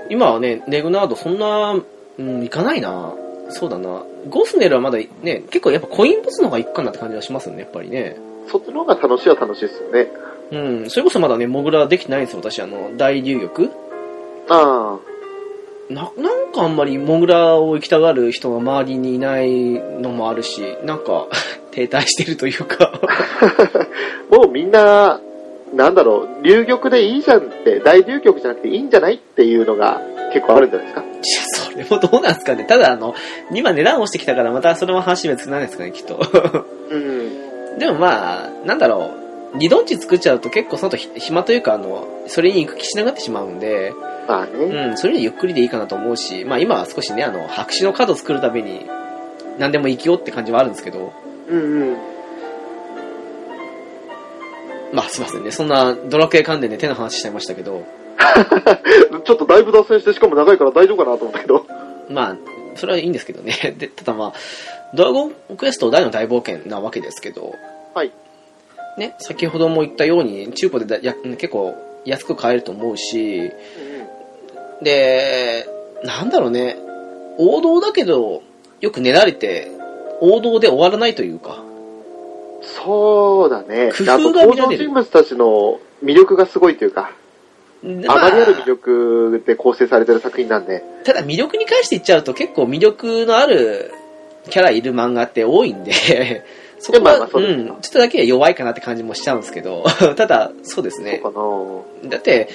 S1: 今はね、レグナードそんな、うん、行かないな。そうだな。ゴスネルはまだね、結構やっぱコインボスの方が行くかなって感じがしますよね、やっぱりね。
S2: そっちの方が楽しいは楽しいですよね。
S1: うん、それこそまだね、モグラできてないんですよ、私。あの、大流玉
S2: ああ、
S1: な、なんかあんまりモグラを行きたがる人が周りにいないのもあるし、なんか、 <laughs> 停滞してるというか。
S2: もうみんな、なんだろう、流玉でいいじゃんって、大流玉じゃなくていいんじゃないっていうのが結構あるんじゃないですか。
S1: いやそれもどうなんですかね。ただ、あの、今値段落ちてきたから、またそれも話別なんですかね、きっと。 <laughs>
S2: うん。
S1: でもまあ、なんだろう。二ン地作っちゃうと結構その後ひ暇というか、あの、それに行く気しなくなってしまうんで、
S2: まあね。
S1: うん、それよりゆっくりでいいかなと思うし、まあ今は少しね、あの、白紙のカードを作るために、何でも生きようって感じはあるんですけど、
S2: うんうん。
S1: まあすいませんね、そんなドラクエ関連で手の話しちゃいましたけど、
S2: ちょっとだいぶ脱線して、しかも長いから大丈夫かなと思ったけど。 <laughs>
S1: まあ、それはいいんですけどね。 <laughs> で、ただまあ、ドラゴンクエスト大の大冒険なわけですけど、
S2: はい。
S1: ね、先ほども言ったように、中古でだや結構安く買えると思うし、で、なんだろうね、王道だけど、よくねられて、王道で終わらないというか、
S2: そうだね。
S1: 工夫が
S2: あと
S1: 見られ
S2: 登場
S1: る
S2: 人物たちの魅力がすごいというか、
S1: ま
S2: あまりある魅力で構成されてる作品なんで。
S1: ただ魅力に関して言っちゃうと結構魅力のあるキャラいる漫画って多いんで、そこ
S2: まあま
S1: は、
S2: あそう
S1: う
S2: です
S1: ん、ちょっとだけ弱いかなって感じもしちゃうんですけど、 <laughs> ただ、そうですね。
S2: そ
S1: だって、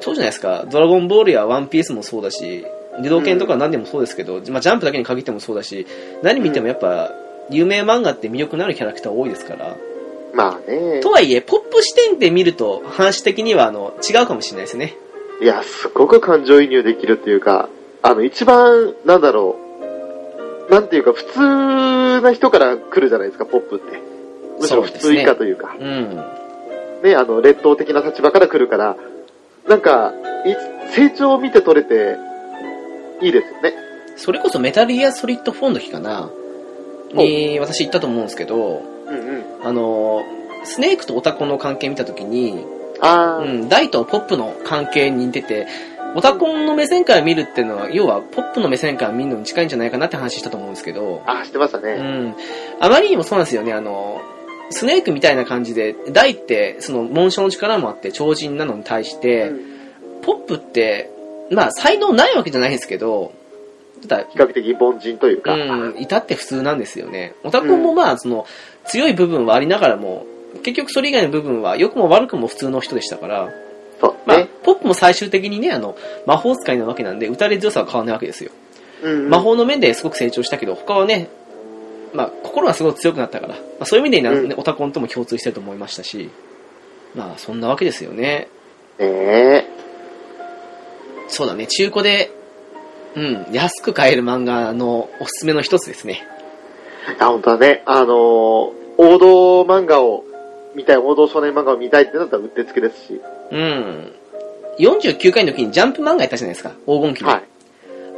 S1: そうじゃないですか、ドラゴンボールやワンピースもそうだし、自動犬とか何でもそうですけど、まあ、ジャンプだけに限ってもそうだし、何見てもやっぱ、有名漫画って魅力のあるキャラクター多いですから。
S2: うかな。まあね
S1: と。はいえ、ポップ視点で見ると、話的にはあの違うかもしれないですね。
S2: いや、すごく感情移入できるっていうか、あの、一番、なんだろう、なんていうか、普通な人から来るじゃないですか、ポップって。むしろ普
S1: そう
S2: 通
S1: ですね
S2: 以下というか。
S1: うん。
S2: ね、あの、劣等的な立場から来るから、なんか、い成長を見て取れて、いいですよね。
S1: それこそメタルギアソリッド4の時かな、に私行ったと思うんですけど、
S2: うんうん。
S1: あの、スネークとオタコの関係見た時に、
S2: あ
S1: う
S2: ー、
S1: ん、ダイとポップの関係に似てて、オタコンの目線から見るっていうのは、要はポップの目線から見るのに近いんじゃないかなって話したと思うんですけど、
S2: あ、してました
S1: う
S2: ね。
S1: ん。あまりにもそうなんですよね、あの、スネークみたいな感じで、大って、その、紋章の力もあって、超人なのに対して、
S2: うん
S1: ポップって、まあ、才能ないわけじゃないですけど、ただ、
S2: 比較的凡人というか。
S1: うん、至って普通なんですよね。オタクもまあ、その、強い部分はありながらも、結局それ以外の部分は、良くも悪くも普通の人でしたから、
S2: そう
S1: まあ
S2: ね。、
S1: ポップも最終的にね、あの、魔法使いなわけなんで、打たれ強さは変わらないわけですよ。
S2: うん
S1: 魔法の面ですごく成長したけど、他はね、まあ、心がすごく強くなったから、まあ、そういう意味でな、
S2: うん
S1: オタコンとも共通してると思いましたし、まあ、そんなわけですよね。
S2: ねえ。
S1: そうだね、中古で、うん、安く買える漫画のおすすめの一つですね。
S2: あ、本当だね。あのー、王道漫画を見たい、王道少年漫画を見たいってなったらうってつけですし。
S1: うん。49回の時にジャンプ漫画やったじゃないですか、黄金期の。
S2: はい。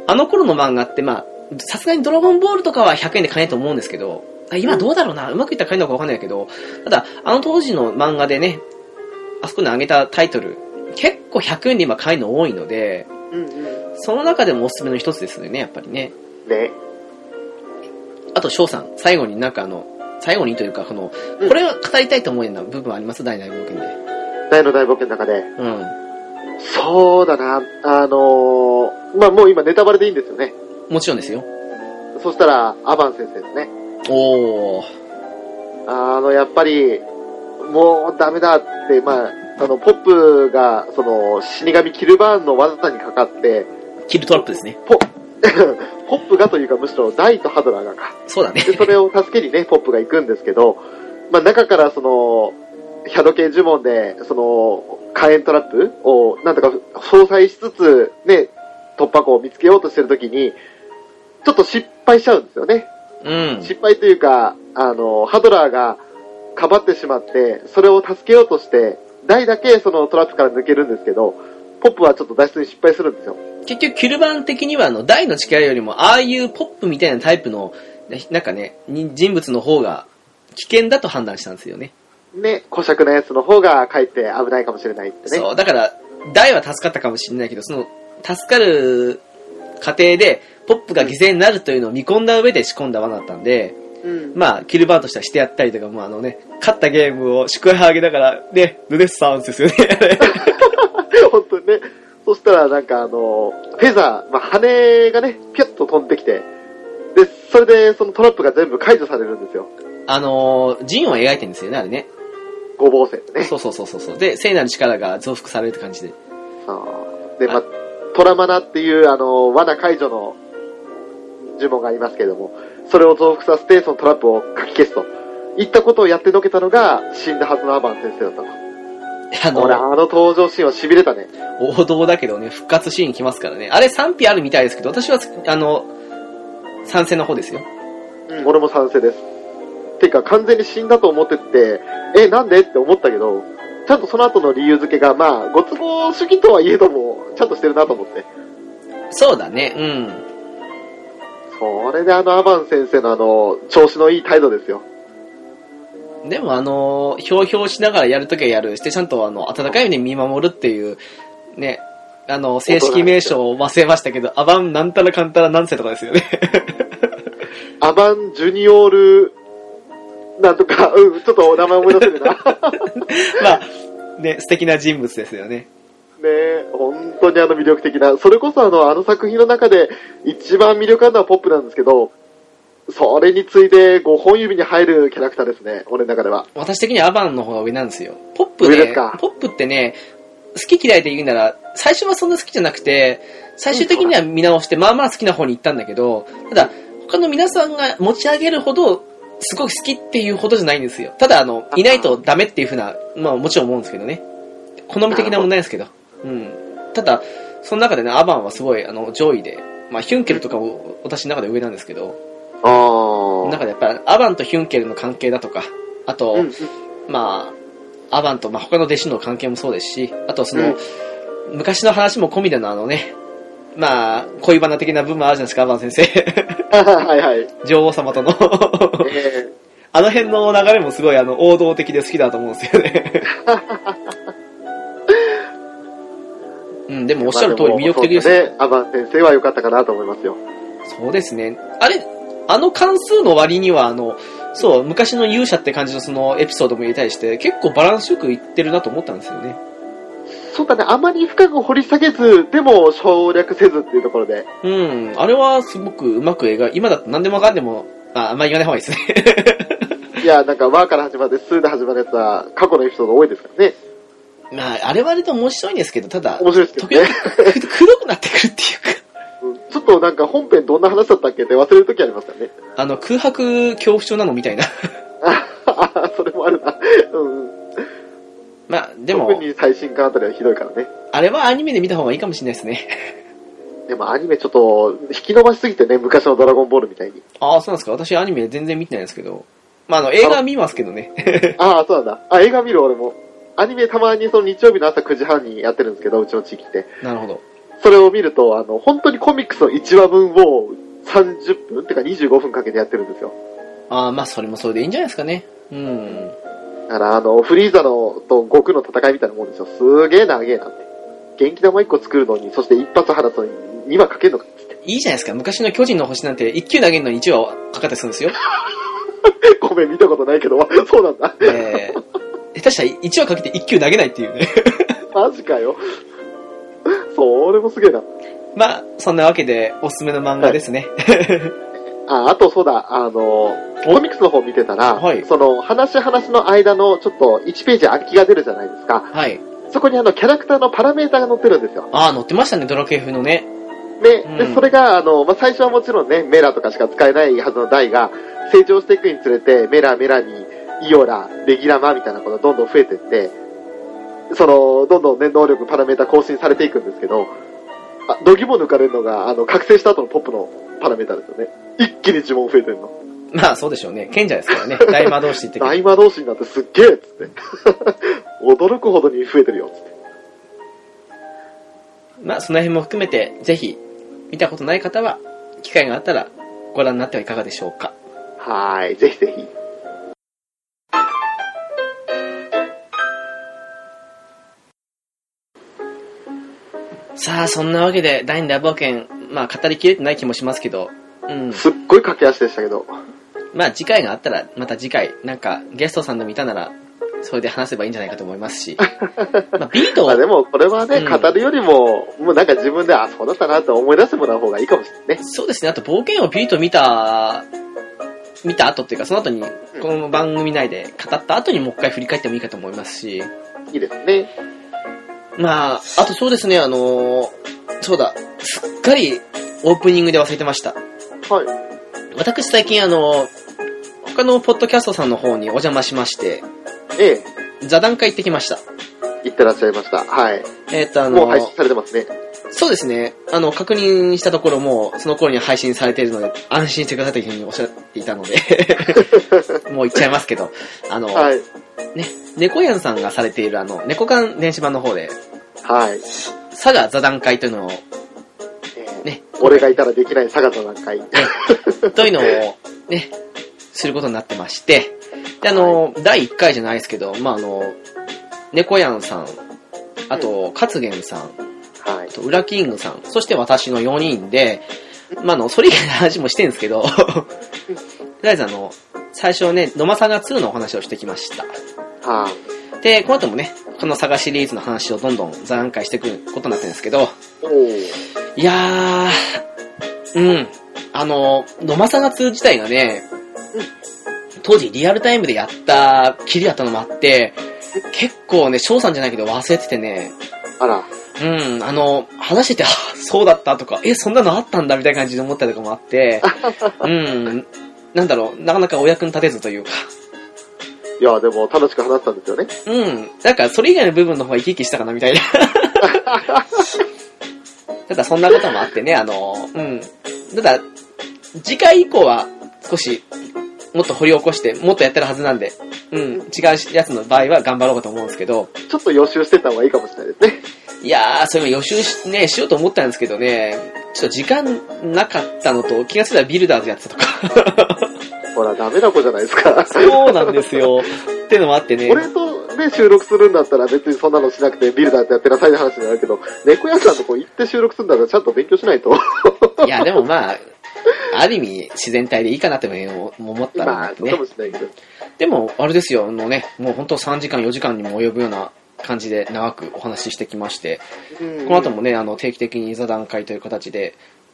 S1: あの頃の漫画って、まあ、さすがにドラゴンボールとかは100円で買えないと思うんですけど、あ今どうだろうな、うまくいったら買えるのかわかんないけど、ただ、あの当時の漫画でね、あそこに上げたタイトル、結構100円で今買えるの多いので、
S2: うんうん。
S1: その中でもおすすめの一つですよね、やっぱりね。
S2: ね。
S1: あと、翔さん、最後になんかあの、最後にというか、この、これを語りたいと思うような部分はあります、大大冒険で。
S2: 大の大冒険の中で。
S1: うん。
S2: そうだな。あのー、まあもう今ネタバレでいいんですよね。
S1: もちろんですよ。
S2: そしたら、アバン先生ですね。
S1: おー。
S2: あの、やっぱり、もうダメだって、まあ、あの、ポップが、その、死神キルバーンの技にかかって、 <laughs>
S1: キルトラップですね。
S2: ポ、ポップがというかむしろダイとハドラーがか。
S1: そうだね。
S2: で、それを助けにね、ポップが行くんですけど、まあ、中からその、ヒャド系呪文で、その、火炎トラップを、なんとか、相殺しつつ、ね、突破口を見つけようとしてるときに、ちょっと失敗しちゃうんですよね。
S1: うん。
S2: 失敗というか、あの、ハドラーがかばってしまって、それを助けようとして、台だけそのトラップから抜けるんですけど、ポップはちょっと脱出に失敗するんですよ。
S1: 結局、キルバン的には、あの、大の力よりも、ああいうポップみたいなタイプの、なんかね、に人物の方が危険だと判断したんですよね。
S2: ね、古尺なやつの方がかえって危ないかもしれないってね。
S1: そう、だから、大は助かったかもしれないけど、その、助かる過程で、ポップが犠牲になるというのを見込んだ上で仕込んだ罠だったんで、
S2: うん
S1: まあ、キルバンとしてはしてやったりとか、もうあのね、勝ったゲームを宿泊あげながら、ね、ルネッサンスですよね。 <laughs>
S2: <laughs> 本当にね。そしたら、なんかあの、フェザー、まあ、羽がね、ピュッと飛んできて、で、それでそのトラップが全部解除されるんですよ。
S1: あのー、陣を描いてるんですよね、あれね。
S2: ごぼう線ね。
S1: そうそうそうそうそう。で、聖なる力が増幅されるって感じで。
S2: そうで、まあ、トラマナっていう、あの、罠解除の呪文がありますけれども、それを増幅させて、そのトラップをかき消すと。いったことをやってのけたのが、死んだはずのアバン先生だったと。
S1: あの
S2: 俺、あの登場シーンは痺れたね。
S1: 王道だけどね、復活シーン来ますからね。あれ賛否あるみたいですけど、私は、あの、賛成の方ですよ。
S2: うん、俺も賛成です。てか、完全に死んだと思ってて、え、なんでって思ったけど、ちゃんとその後の理由付けが、まあ、ご都合主義とはいえども、ちゃんとしてるなと思って。
S1: そうだね、うん。
S2: それであのアバン先生のあの、調子のいい態度ですよ。
S1: でもあの、ひょうひょうしながらやるときはやる、してちゃんとあの、温かい目で見守るっていう、ね、あの、正式名称を忘れましたけど、アバンなんたらかんたらなんせとかですよね。 <laughs>
S2: アバンジュニオール、なんとか、うん、ちょっとお名前思い出せるな。ね
S1: まあ、ね、素敵な人物ですよね。
S2: え、本当にあの魅力的な、それこそあの、あの作品の中で一番魅力あるのはポップなんですけど、それに次いで5本指に入るキャラクターですね、俺の中では。
S1: 私的にはアバンの方が上なんですよ。ポップ
S2: 上で
S1: ね
S2: すか、
S1: ポップってね、好き嫌いで言うなら、最初はそんな好きじゃなくて、最終的には見直して、まあまあ好きな方に行ったんだけど、ただ、他の皆さんが持ち上げるほど、すごく好きっていうほどじゃないんですよ。ただ、あの、
S2: あ
S1: いないとダメっていうふうな、まあもちろん思うんですけどね。好み的な問題ですけど。うん。ただ、その中でね、アバンはすごい、あの、上位で、まあヒュンケルとかも私の中で上なんですけど、
S2: ああ
S1: 中でやっぱりアバンとヒュンケルの関係だとか、あと、
S2: うん、 <laughs>
S1: まあ、アバンと、まあ、他の弟子の関係もそうですし、あとその、
S2: うん
S1: 昔の話も込みでのあのね、まあ、恋バナ的な部分もあるじゃないですか、アバン先生。 <laughs>
S2: はいはい。
S1: 女王様との。 <laughs>
S2: え
S1: あの辺の流れもすごいあの王道 <laughs> 的で好きだと思うんですよね。ううん、でもおっしゃる通り魅力的ですね。
S2: ね。アバン先生は良かったかなと思いますよ。
S1: そうですね。あれ、あの関数の割には、あの、そう、昔の勇者って感じのそのエピソードも入れたりして、結構バランスよくいってるなと思ったんですよね。
S2: そうだね、あまり深く掘り下げず、でも省略せずっていうところで。
S1: うん、あれはすごくうまく映画、今だと何でもわかんでも、あ、あんまり言わない方がいいですね。 <laughs>
S2: いや、なんか、わーから始まって、すーで始まるやつは、過去のエピソード多いですからね。
S1: まあ、あれはあれで面白いんですけど、ただ、
S2: 面白いですけ
S1: 時
S2: ど
S1: 々
S2: ね。
S1: く黒くなってくるっていうか、
S2: うんちょっとなんか、本編どんな話だったっけって忘れるときありますからね。 <laughs>
S1: <laughs> あの、空白恐怖症なのみたいな。 <laughs>
S2: あそれもあるな。うん。
S1: まあ、で
S2: 特
S1: も、
S2: に最新刊あたりはひどいからね。
S1: あれはアニメで見た方がいいかもしれないですね。 <laughs>
S2: でもアニメちょっと、引き伸ばしすぎてね、昔のドラゴンボールみたいに。
S1: ああ、そうなんですか。私アニメ全然見てないんですけど。まあ、あの、映画は見ますけどね。 <laughs>
S2: ああ、そうなんだ。あ、映画見る俺も。アニメたまにその日曜日の朝9時半にやってるんですけど、うちの地域って。
S1: なるほど。
S2: それを見ると、あの、本当にコミックスの1話分を30分ってか25分かけてやってるんですよ。
S1: ああ、まあ、それもそれでいいんじゃないですかね。うん。
S2: だから、あの、フリーザのと悟空の戦いみたいなもんですよ。すげえ長えなって。元気玉1個作るのに、そして一発放つのに2話かけるのかっ <laughs> つって。
S1: いいじゃないですか。昔の巨人の星なんて、1球投げるのに1話かかったりするんですよ。
S2: ごめん、見たことないけど、 <laughs> そうなんだ。
S1: えー、下手したら1話かけて1球投げないっていうね。
S2: マジかよ。それもすげえな。
S1: まあ、そんなわけで、おすすめの漫画ですね。
S2: あ、あとそうだ、あの、コミックスの方見てたら、
S1: はい
S2: その、話話の間のちょっと1ページ空きが出るじゃないですか。
S1: はい。
S2: そこにあの、キャラクターのパラメーターが載ってるんですよ。
S1: ああ、乗ってましたね、ドラケフのね。
S2: で、
S1: うん
S2: でそれが、あの、まあ、最初はもちろんね、メラとかしか使えないはずの台が、成長していくにつれて、メラ、メラに、イオラ、レギラマみたいなことがどんどん増えてって、その、どんどんね、能力、パラメータ更新されていくんですけど、あ、度肝抜かれるのが、あの、覚醒した後のポップのパラメータですよね。一気に呪文増えてるの。
S1: まあ、そうでしょうね。賢者です <laughs> からね。大魔導士って。
S2: 大魔導士になってすっげえっつって。 <laughs> 驚くほどに増えてるよっつって。
S1: まあ、その辺も含めて、ぜひ、見たことない方は、機会があったら、ご覧になってはいかがでしょうか。
S2: はーい、ぜひぜひ。
S1: さあ、そんなわけで、第二大冒険、まあ、語りきれてない気もしますけど、うん。
S2: すっごい駆け足でしたけど。
S1: まあ、次回があったら、また次回、なんか、ゲストさんでもいたなら、それで話せばいいんじゃないかと思います <laughs> し。まあ、ビート
S2: まあで
S1: を、
S2: も、これはね、
S1: うん
S2: 語るよりも、もうなんか自分で、あ、そうだったなって思い出してもらう方がいいかもしれないね。
S1: そうですね、あと冒険をビート見た、見た後っていうか、その後に、この番組内で語った後にもう一回振り返ってもいいかと思いますし。
S2: いいですね。
S1: まあ、あとそうですね、あのーそうだ、すっかりオープニングで忘れてました。
S2: はい。
S1: 私最近あのー他のポッドキャストさんの方にお邪魔しまして、
S2: ええ、
S1: 座談会行ってきました。
S2: 行ってらっしゃいました。はい。
S1: えっ、とあ
S2: も
S1: の
S2: う配
S1: ー
S2: 信されてますね。
S1: そうですね、あの、確認したところもうその頃には配信されているので、安心してくださいというふうにおっしゃっていた
S2: <laughs>
S1: ので、もう言っちゃいますけど、あの、
S2: はい。
S1: 猫やんさんがされているあの、猫缶電子版の方で、
S2: はい。
S1: 佐賀座談会というのを、
S2: ええ
S1: ね、
S2: 俺がいたらできない佐賀の段階。
S1: というのをね、することになってまして、で、あの、第1回じゃないですけど、まあ、あの、猫やんさん、あと、勝元さん、
S2: はい
S1: あ。と、裏キングさん、そして私の4人で、まあ、あの、それ以外の話もしてるんですけ <laughs> ど、とりあえずあの、最初ね、野間さんが2のお話をしてきました。
S2: はい。
S1: で、この後もね、この探シリーズの話をどんどん座談会してくることになってるんですけど、
S2: おー
S1: いやー、うん。あの、野間さが2自体がね、当時リアルタイムでやったきりだったのもあって、結構ね、翔さんじゃないけど忘れててね、
S2: あら。
S1: うん、あの、話してて、あ、そうだったとか、え、そんなのあったんだみたいな感じで思ったりとかもあって、うん、なんだろう、なかなかお役に立てずというか、
S2: いや、でも楽しく話したんですよね。 <laughs>
S1: うん、なんかそれ以外の部分の方が生き生きしたかなみたいな。ただそんなこともあってね、あの、うん。ただ、次回以降は少し、もっと掘り起こして、もっとやってるはずなんで、うん、違うやつの場合は頑張ろうかと思うんですけど、
S2: ちょっと予習してた方がいいかもしれないですね。
S1: いやー、それも予習し,、ね、しようと思ったんですけどね、ちょっと時間なかったのと、気がついたらビルダーズやってたとか。
S2: ほら、ダメな子じゃないですか。
S1: <laughs> そうなんですよ。ってのもあってね。
S2: 俺と、で収録するんだったら別にそんなのしなくてビルダーってやってなさいって話になるけど、猫屋さんとこ行って収録するんだったらちゃんと勉強しないと。
S1: いや、でもまあ、ある意味自然体でいいかなっても思った
S2: ま
S1: ら
S2: あ、そうか
S1: ね
S2: も。しれないけど。
S1: でも、あれですよ、あのね、もう本当3時間4時間にも及ぶような感じで長くお話ししてきまして、
S2: うん
S1: この後もね、あの、定期的に座談会という形で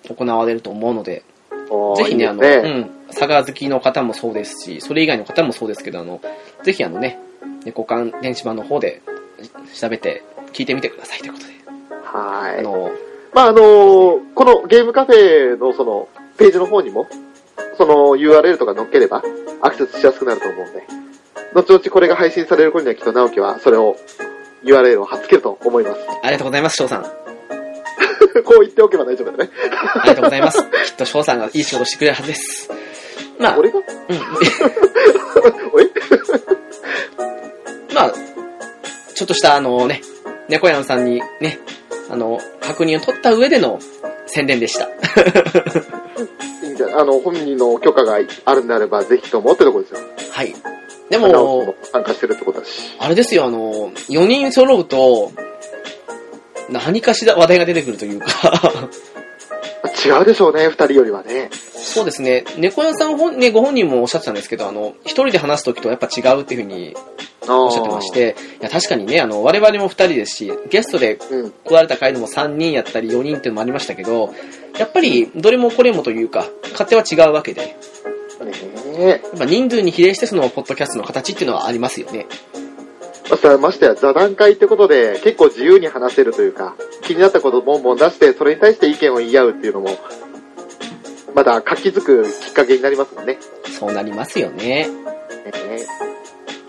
S1: 行われると思うので、
S2: あー
S1: ぜひね、
S2: いい
S1: あ
S2: で
S1: の、
S2: す
S1: う
S2: ね
S1: ん、佐賀好きの方もそうですし、それ以外の方もそうですけど、あの、ぜひあのね、猫缶電子版の方でし調べて聞いてみてくださいということで、
S2: は
S1: あ
S2: い。
S1: の、
S2: まああのーこのゲームカフェのそのページの方にも、その URL とか載っければアクセスしやすくなると思うんで、後々これが配信される頃にはきっと直樹はそれを URL を貼っつけると思います。
S1: <laughs> ありがとうございます、翔さん。
S2: こう言っておけば大丈夫だね。
S1: ありがとうござい
S2: <laughs>
S1: ます。きっと翔さんがいい仕事してくれるはずです。まあ、
S2: 俺が <laughs>
S1: まあ、ちょっとしたあのね、猫やんさんにね、あの、確認を取った上での宣伝でした。 <laughs>
S2: いいんじゃないあの、本人の許可があるんであればぜひともってとこですよ。
S1: はい。で
S2: 直樹
S1: も
S2: も、参加してるってことだし。
S1: あれですよ、あの、4人揃うと、何かしら話題が出てくるというか、 <laughs>
S2: 違うでしょうね、二人よりはね。
S1: そうですね、猫屋さん本、ね、ご本人もおっしゃってたんですけど、あの、一人で話すときとやっぱ違うっていうふうにお
S2: お
S1: っしゃってまし。て、いや、確かにね、あの、我々も二人ですし、ゲストで
S2: うん。
S1: 来られた回でも3人やったり4人っていうのもありましたけど、やっぱりどれもこれもというか、勝手は違うわけで、や
S2: ねえ。
S1: っぱ人数に比例してそのポッドキャストの形っていうのはありますよね。
S2: まあさましてや座談会ってことで結構自由に話せるというか気になったことをボンボン出してそれに対して意見を言い合うっていうのもまだ活気づくきっかけになりますもんね。
S1: そうなりますよね。
S2: ねえ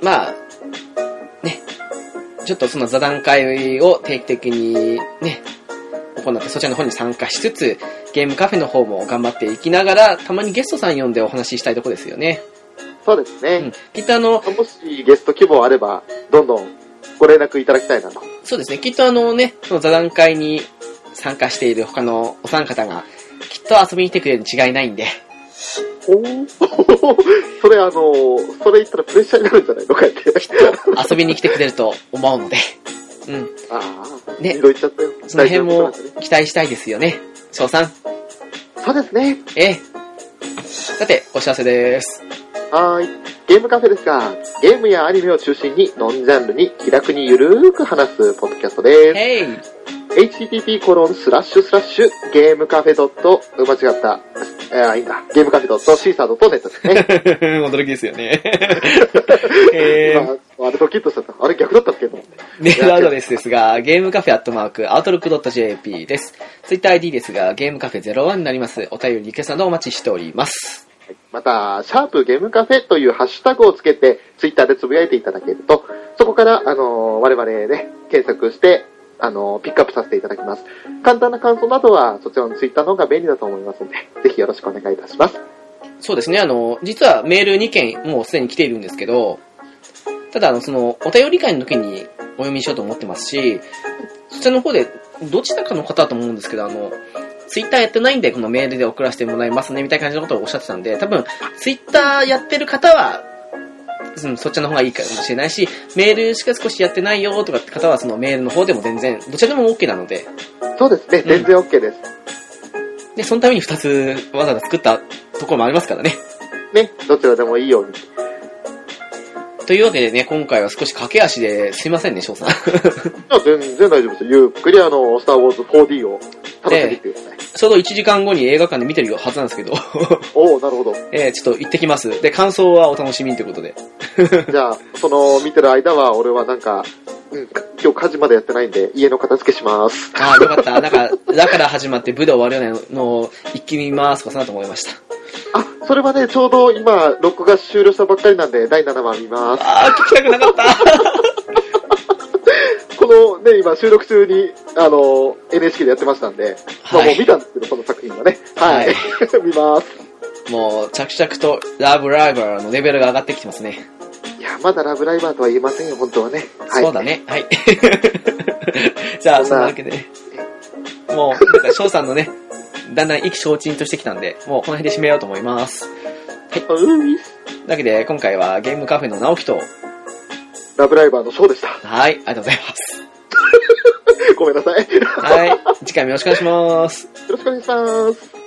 S1: まあ、ね、ちょっとその座談会を定期的にね、行ってそちらの方に参加しつつ、ゲームカフェの方も頑張っていきながら、たまにゲストさん呼んでお話ししたいとこですよね。
S2: そうです
S1: う
S2: ね
S1: ん。。きっとあの、
S2: もしゲスト希望あればどんどんご連絡いただきたいなと。
S1: そうですね、きっとあのね、その座談会に参加している他のお三方が、きっと遊びに来てくれるに違いないん <laughs> で、
S2: お <laughs> それあのそれ言ったらプレッシャーになるんじゃないのかって。
S1: 遊びに来てくれると思うので、うん、
S2: <laughs> ああ、
S1: ね
S2: ね、いろいろ言っちゃったよ。
S1: その辺も
S2: 大事なことなんでね
S1: 期待したいですよね。翔さん、
S2: そうですね。
S1: ええ。さて、お知らせです。
S2: はーい。ゲームカフェですが、ゲームやアニメを中心に、ノンジャンルに気楽にゆるーく話すポッドキャストで
S1: へい
S2: す。http コロンスラッシュスラッシュ、ゲームカフェドット、間違った、えー、いいんだ、ゲームカフェドットシーサードットネットです <laughs> ね。
S1: <laughs> 驚きですよ <laughs> ね。えー、
S2: 今あれドキッとしちゃった。あれ逆だったっけと思って。
S1: メールアドレスですが、ゲームカフェアットマーク、アウトロック .jp です。ツイッター ID ですが、ゲームカフェ01になります。お便りリクエストなどお待ちしております。
S2: また、シャープゲームカフェというハッシュタグをつけて、ツイッターでつぶやいていただけると、そこから、あのー我々ね、検索して、あのーピックアップさせていただきます。簡単な感想などは、そちらのツイッターの方が便利だと思いますので、ぜひよろしくお願いいたします。
S1: そうですね、あの、実はメール2件もうすでに来ているんですけど、ただ、あの、その、お便り会の時にお読みしようと思ってますし、そちらの方で、どちらかの方だと思うんですけど、あの、ツイッターやってないんで、このメールで送らせてもらいますね、みたいな感じのことをおっしゃってたんで、多分、ツイッターやってる方は、うん、そっちの方がいいかもしれないし、メールしか少しやってないよとかって方は、そのメールの方でも全然、どちらでも OK なので、
S2: そうですね、
S1: ん
S2: 全然 OK です。
S1: で、そのために2つわざわざ作ったところもありますからね。
S2: ね、どちらでもいいように。
S1: というわけでね、今回は少し駆け足ですいませんね、翔さん。 <laughs>
S2: いや全然大丈夫ですよ。ゆっくりあのー、スターウォーズ 4D を楽しんでってください。
S1: ちょうど1時間後に映画館で見てるはずなんですけど、 <laughs>
S2: おおなるほど。
S1: えー、ちょっと行ってきます。で、感想はお楽しみということで。
S2: じゃあ、その、見てる間は、俺はなんか、うん、今日家事までやってないんで、家の片付けします。
S1: ああ、よかった。なん <laughs> か、だから始まって武道終わるようなのを一気見ますとか、そんなと思いました。
S2: あ、それはね、ちょうど今、録画終了したばっかりなんで、第7話見ます。
S1: ああ、聞きたくなかった。 <laughs>
S2: このね、今、収録中に、あの、NHK でやってましたんで、まあ
S1: は
S2: もう見
S1: い。
S2: たんですけど、この作品はね。はい。
S1: は
S2: <laughs> 見ます。
S1: もう、着々とラブライバーのレベルが上がってきてますね。
S2: いや、まだラブライバーとは言えませんよ、本当はね。はい。
S1: そうだね。はい。 <laughs> じゃあ、そ
S2: そ
S1: んな
S2: んな
S1: わけで。もう、なんか翔さんのね、だんだん意気消沈としてきたんで、もうこの辺で締めようと思います。
S2: <laughs> うーい
S1: というわけで、今回はゲームカフェの直樹と、
S2: ラブライバーのショーでした。
S1: はい、ありがとうございます。
S2: ごめんなさい。よ
S1: はい、次回もよろしくお願いします。
S2: ろしくお願いします。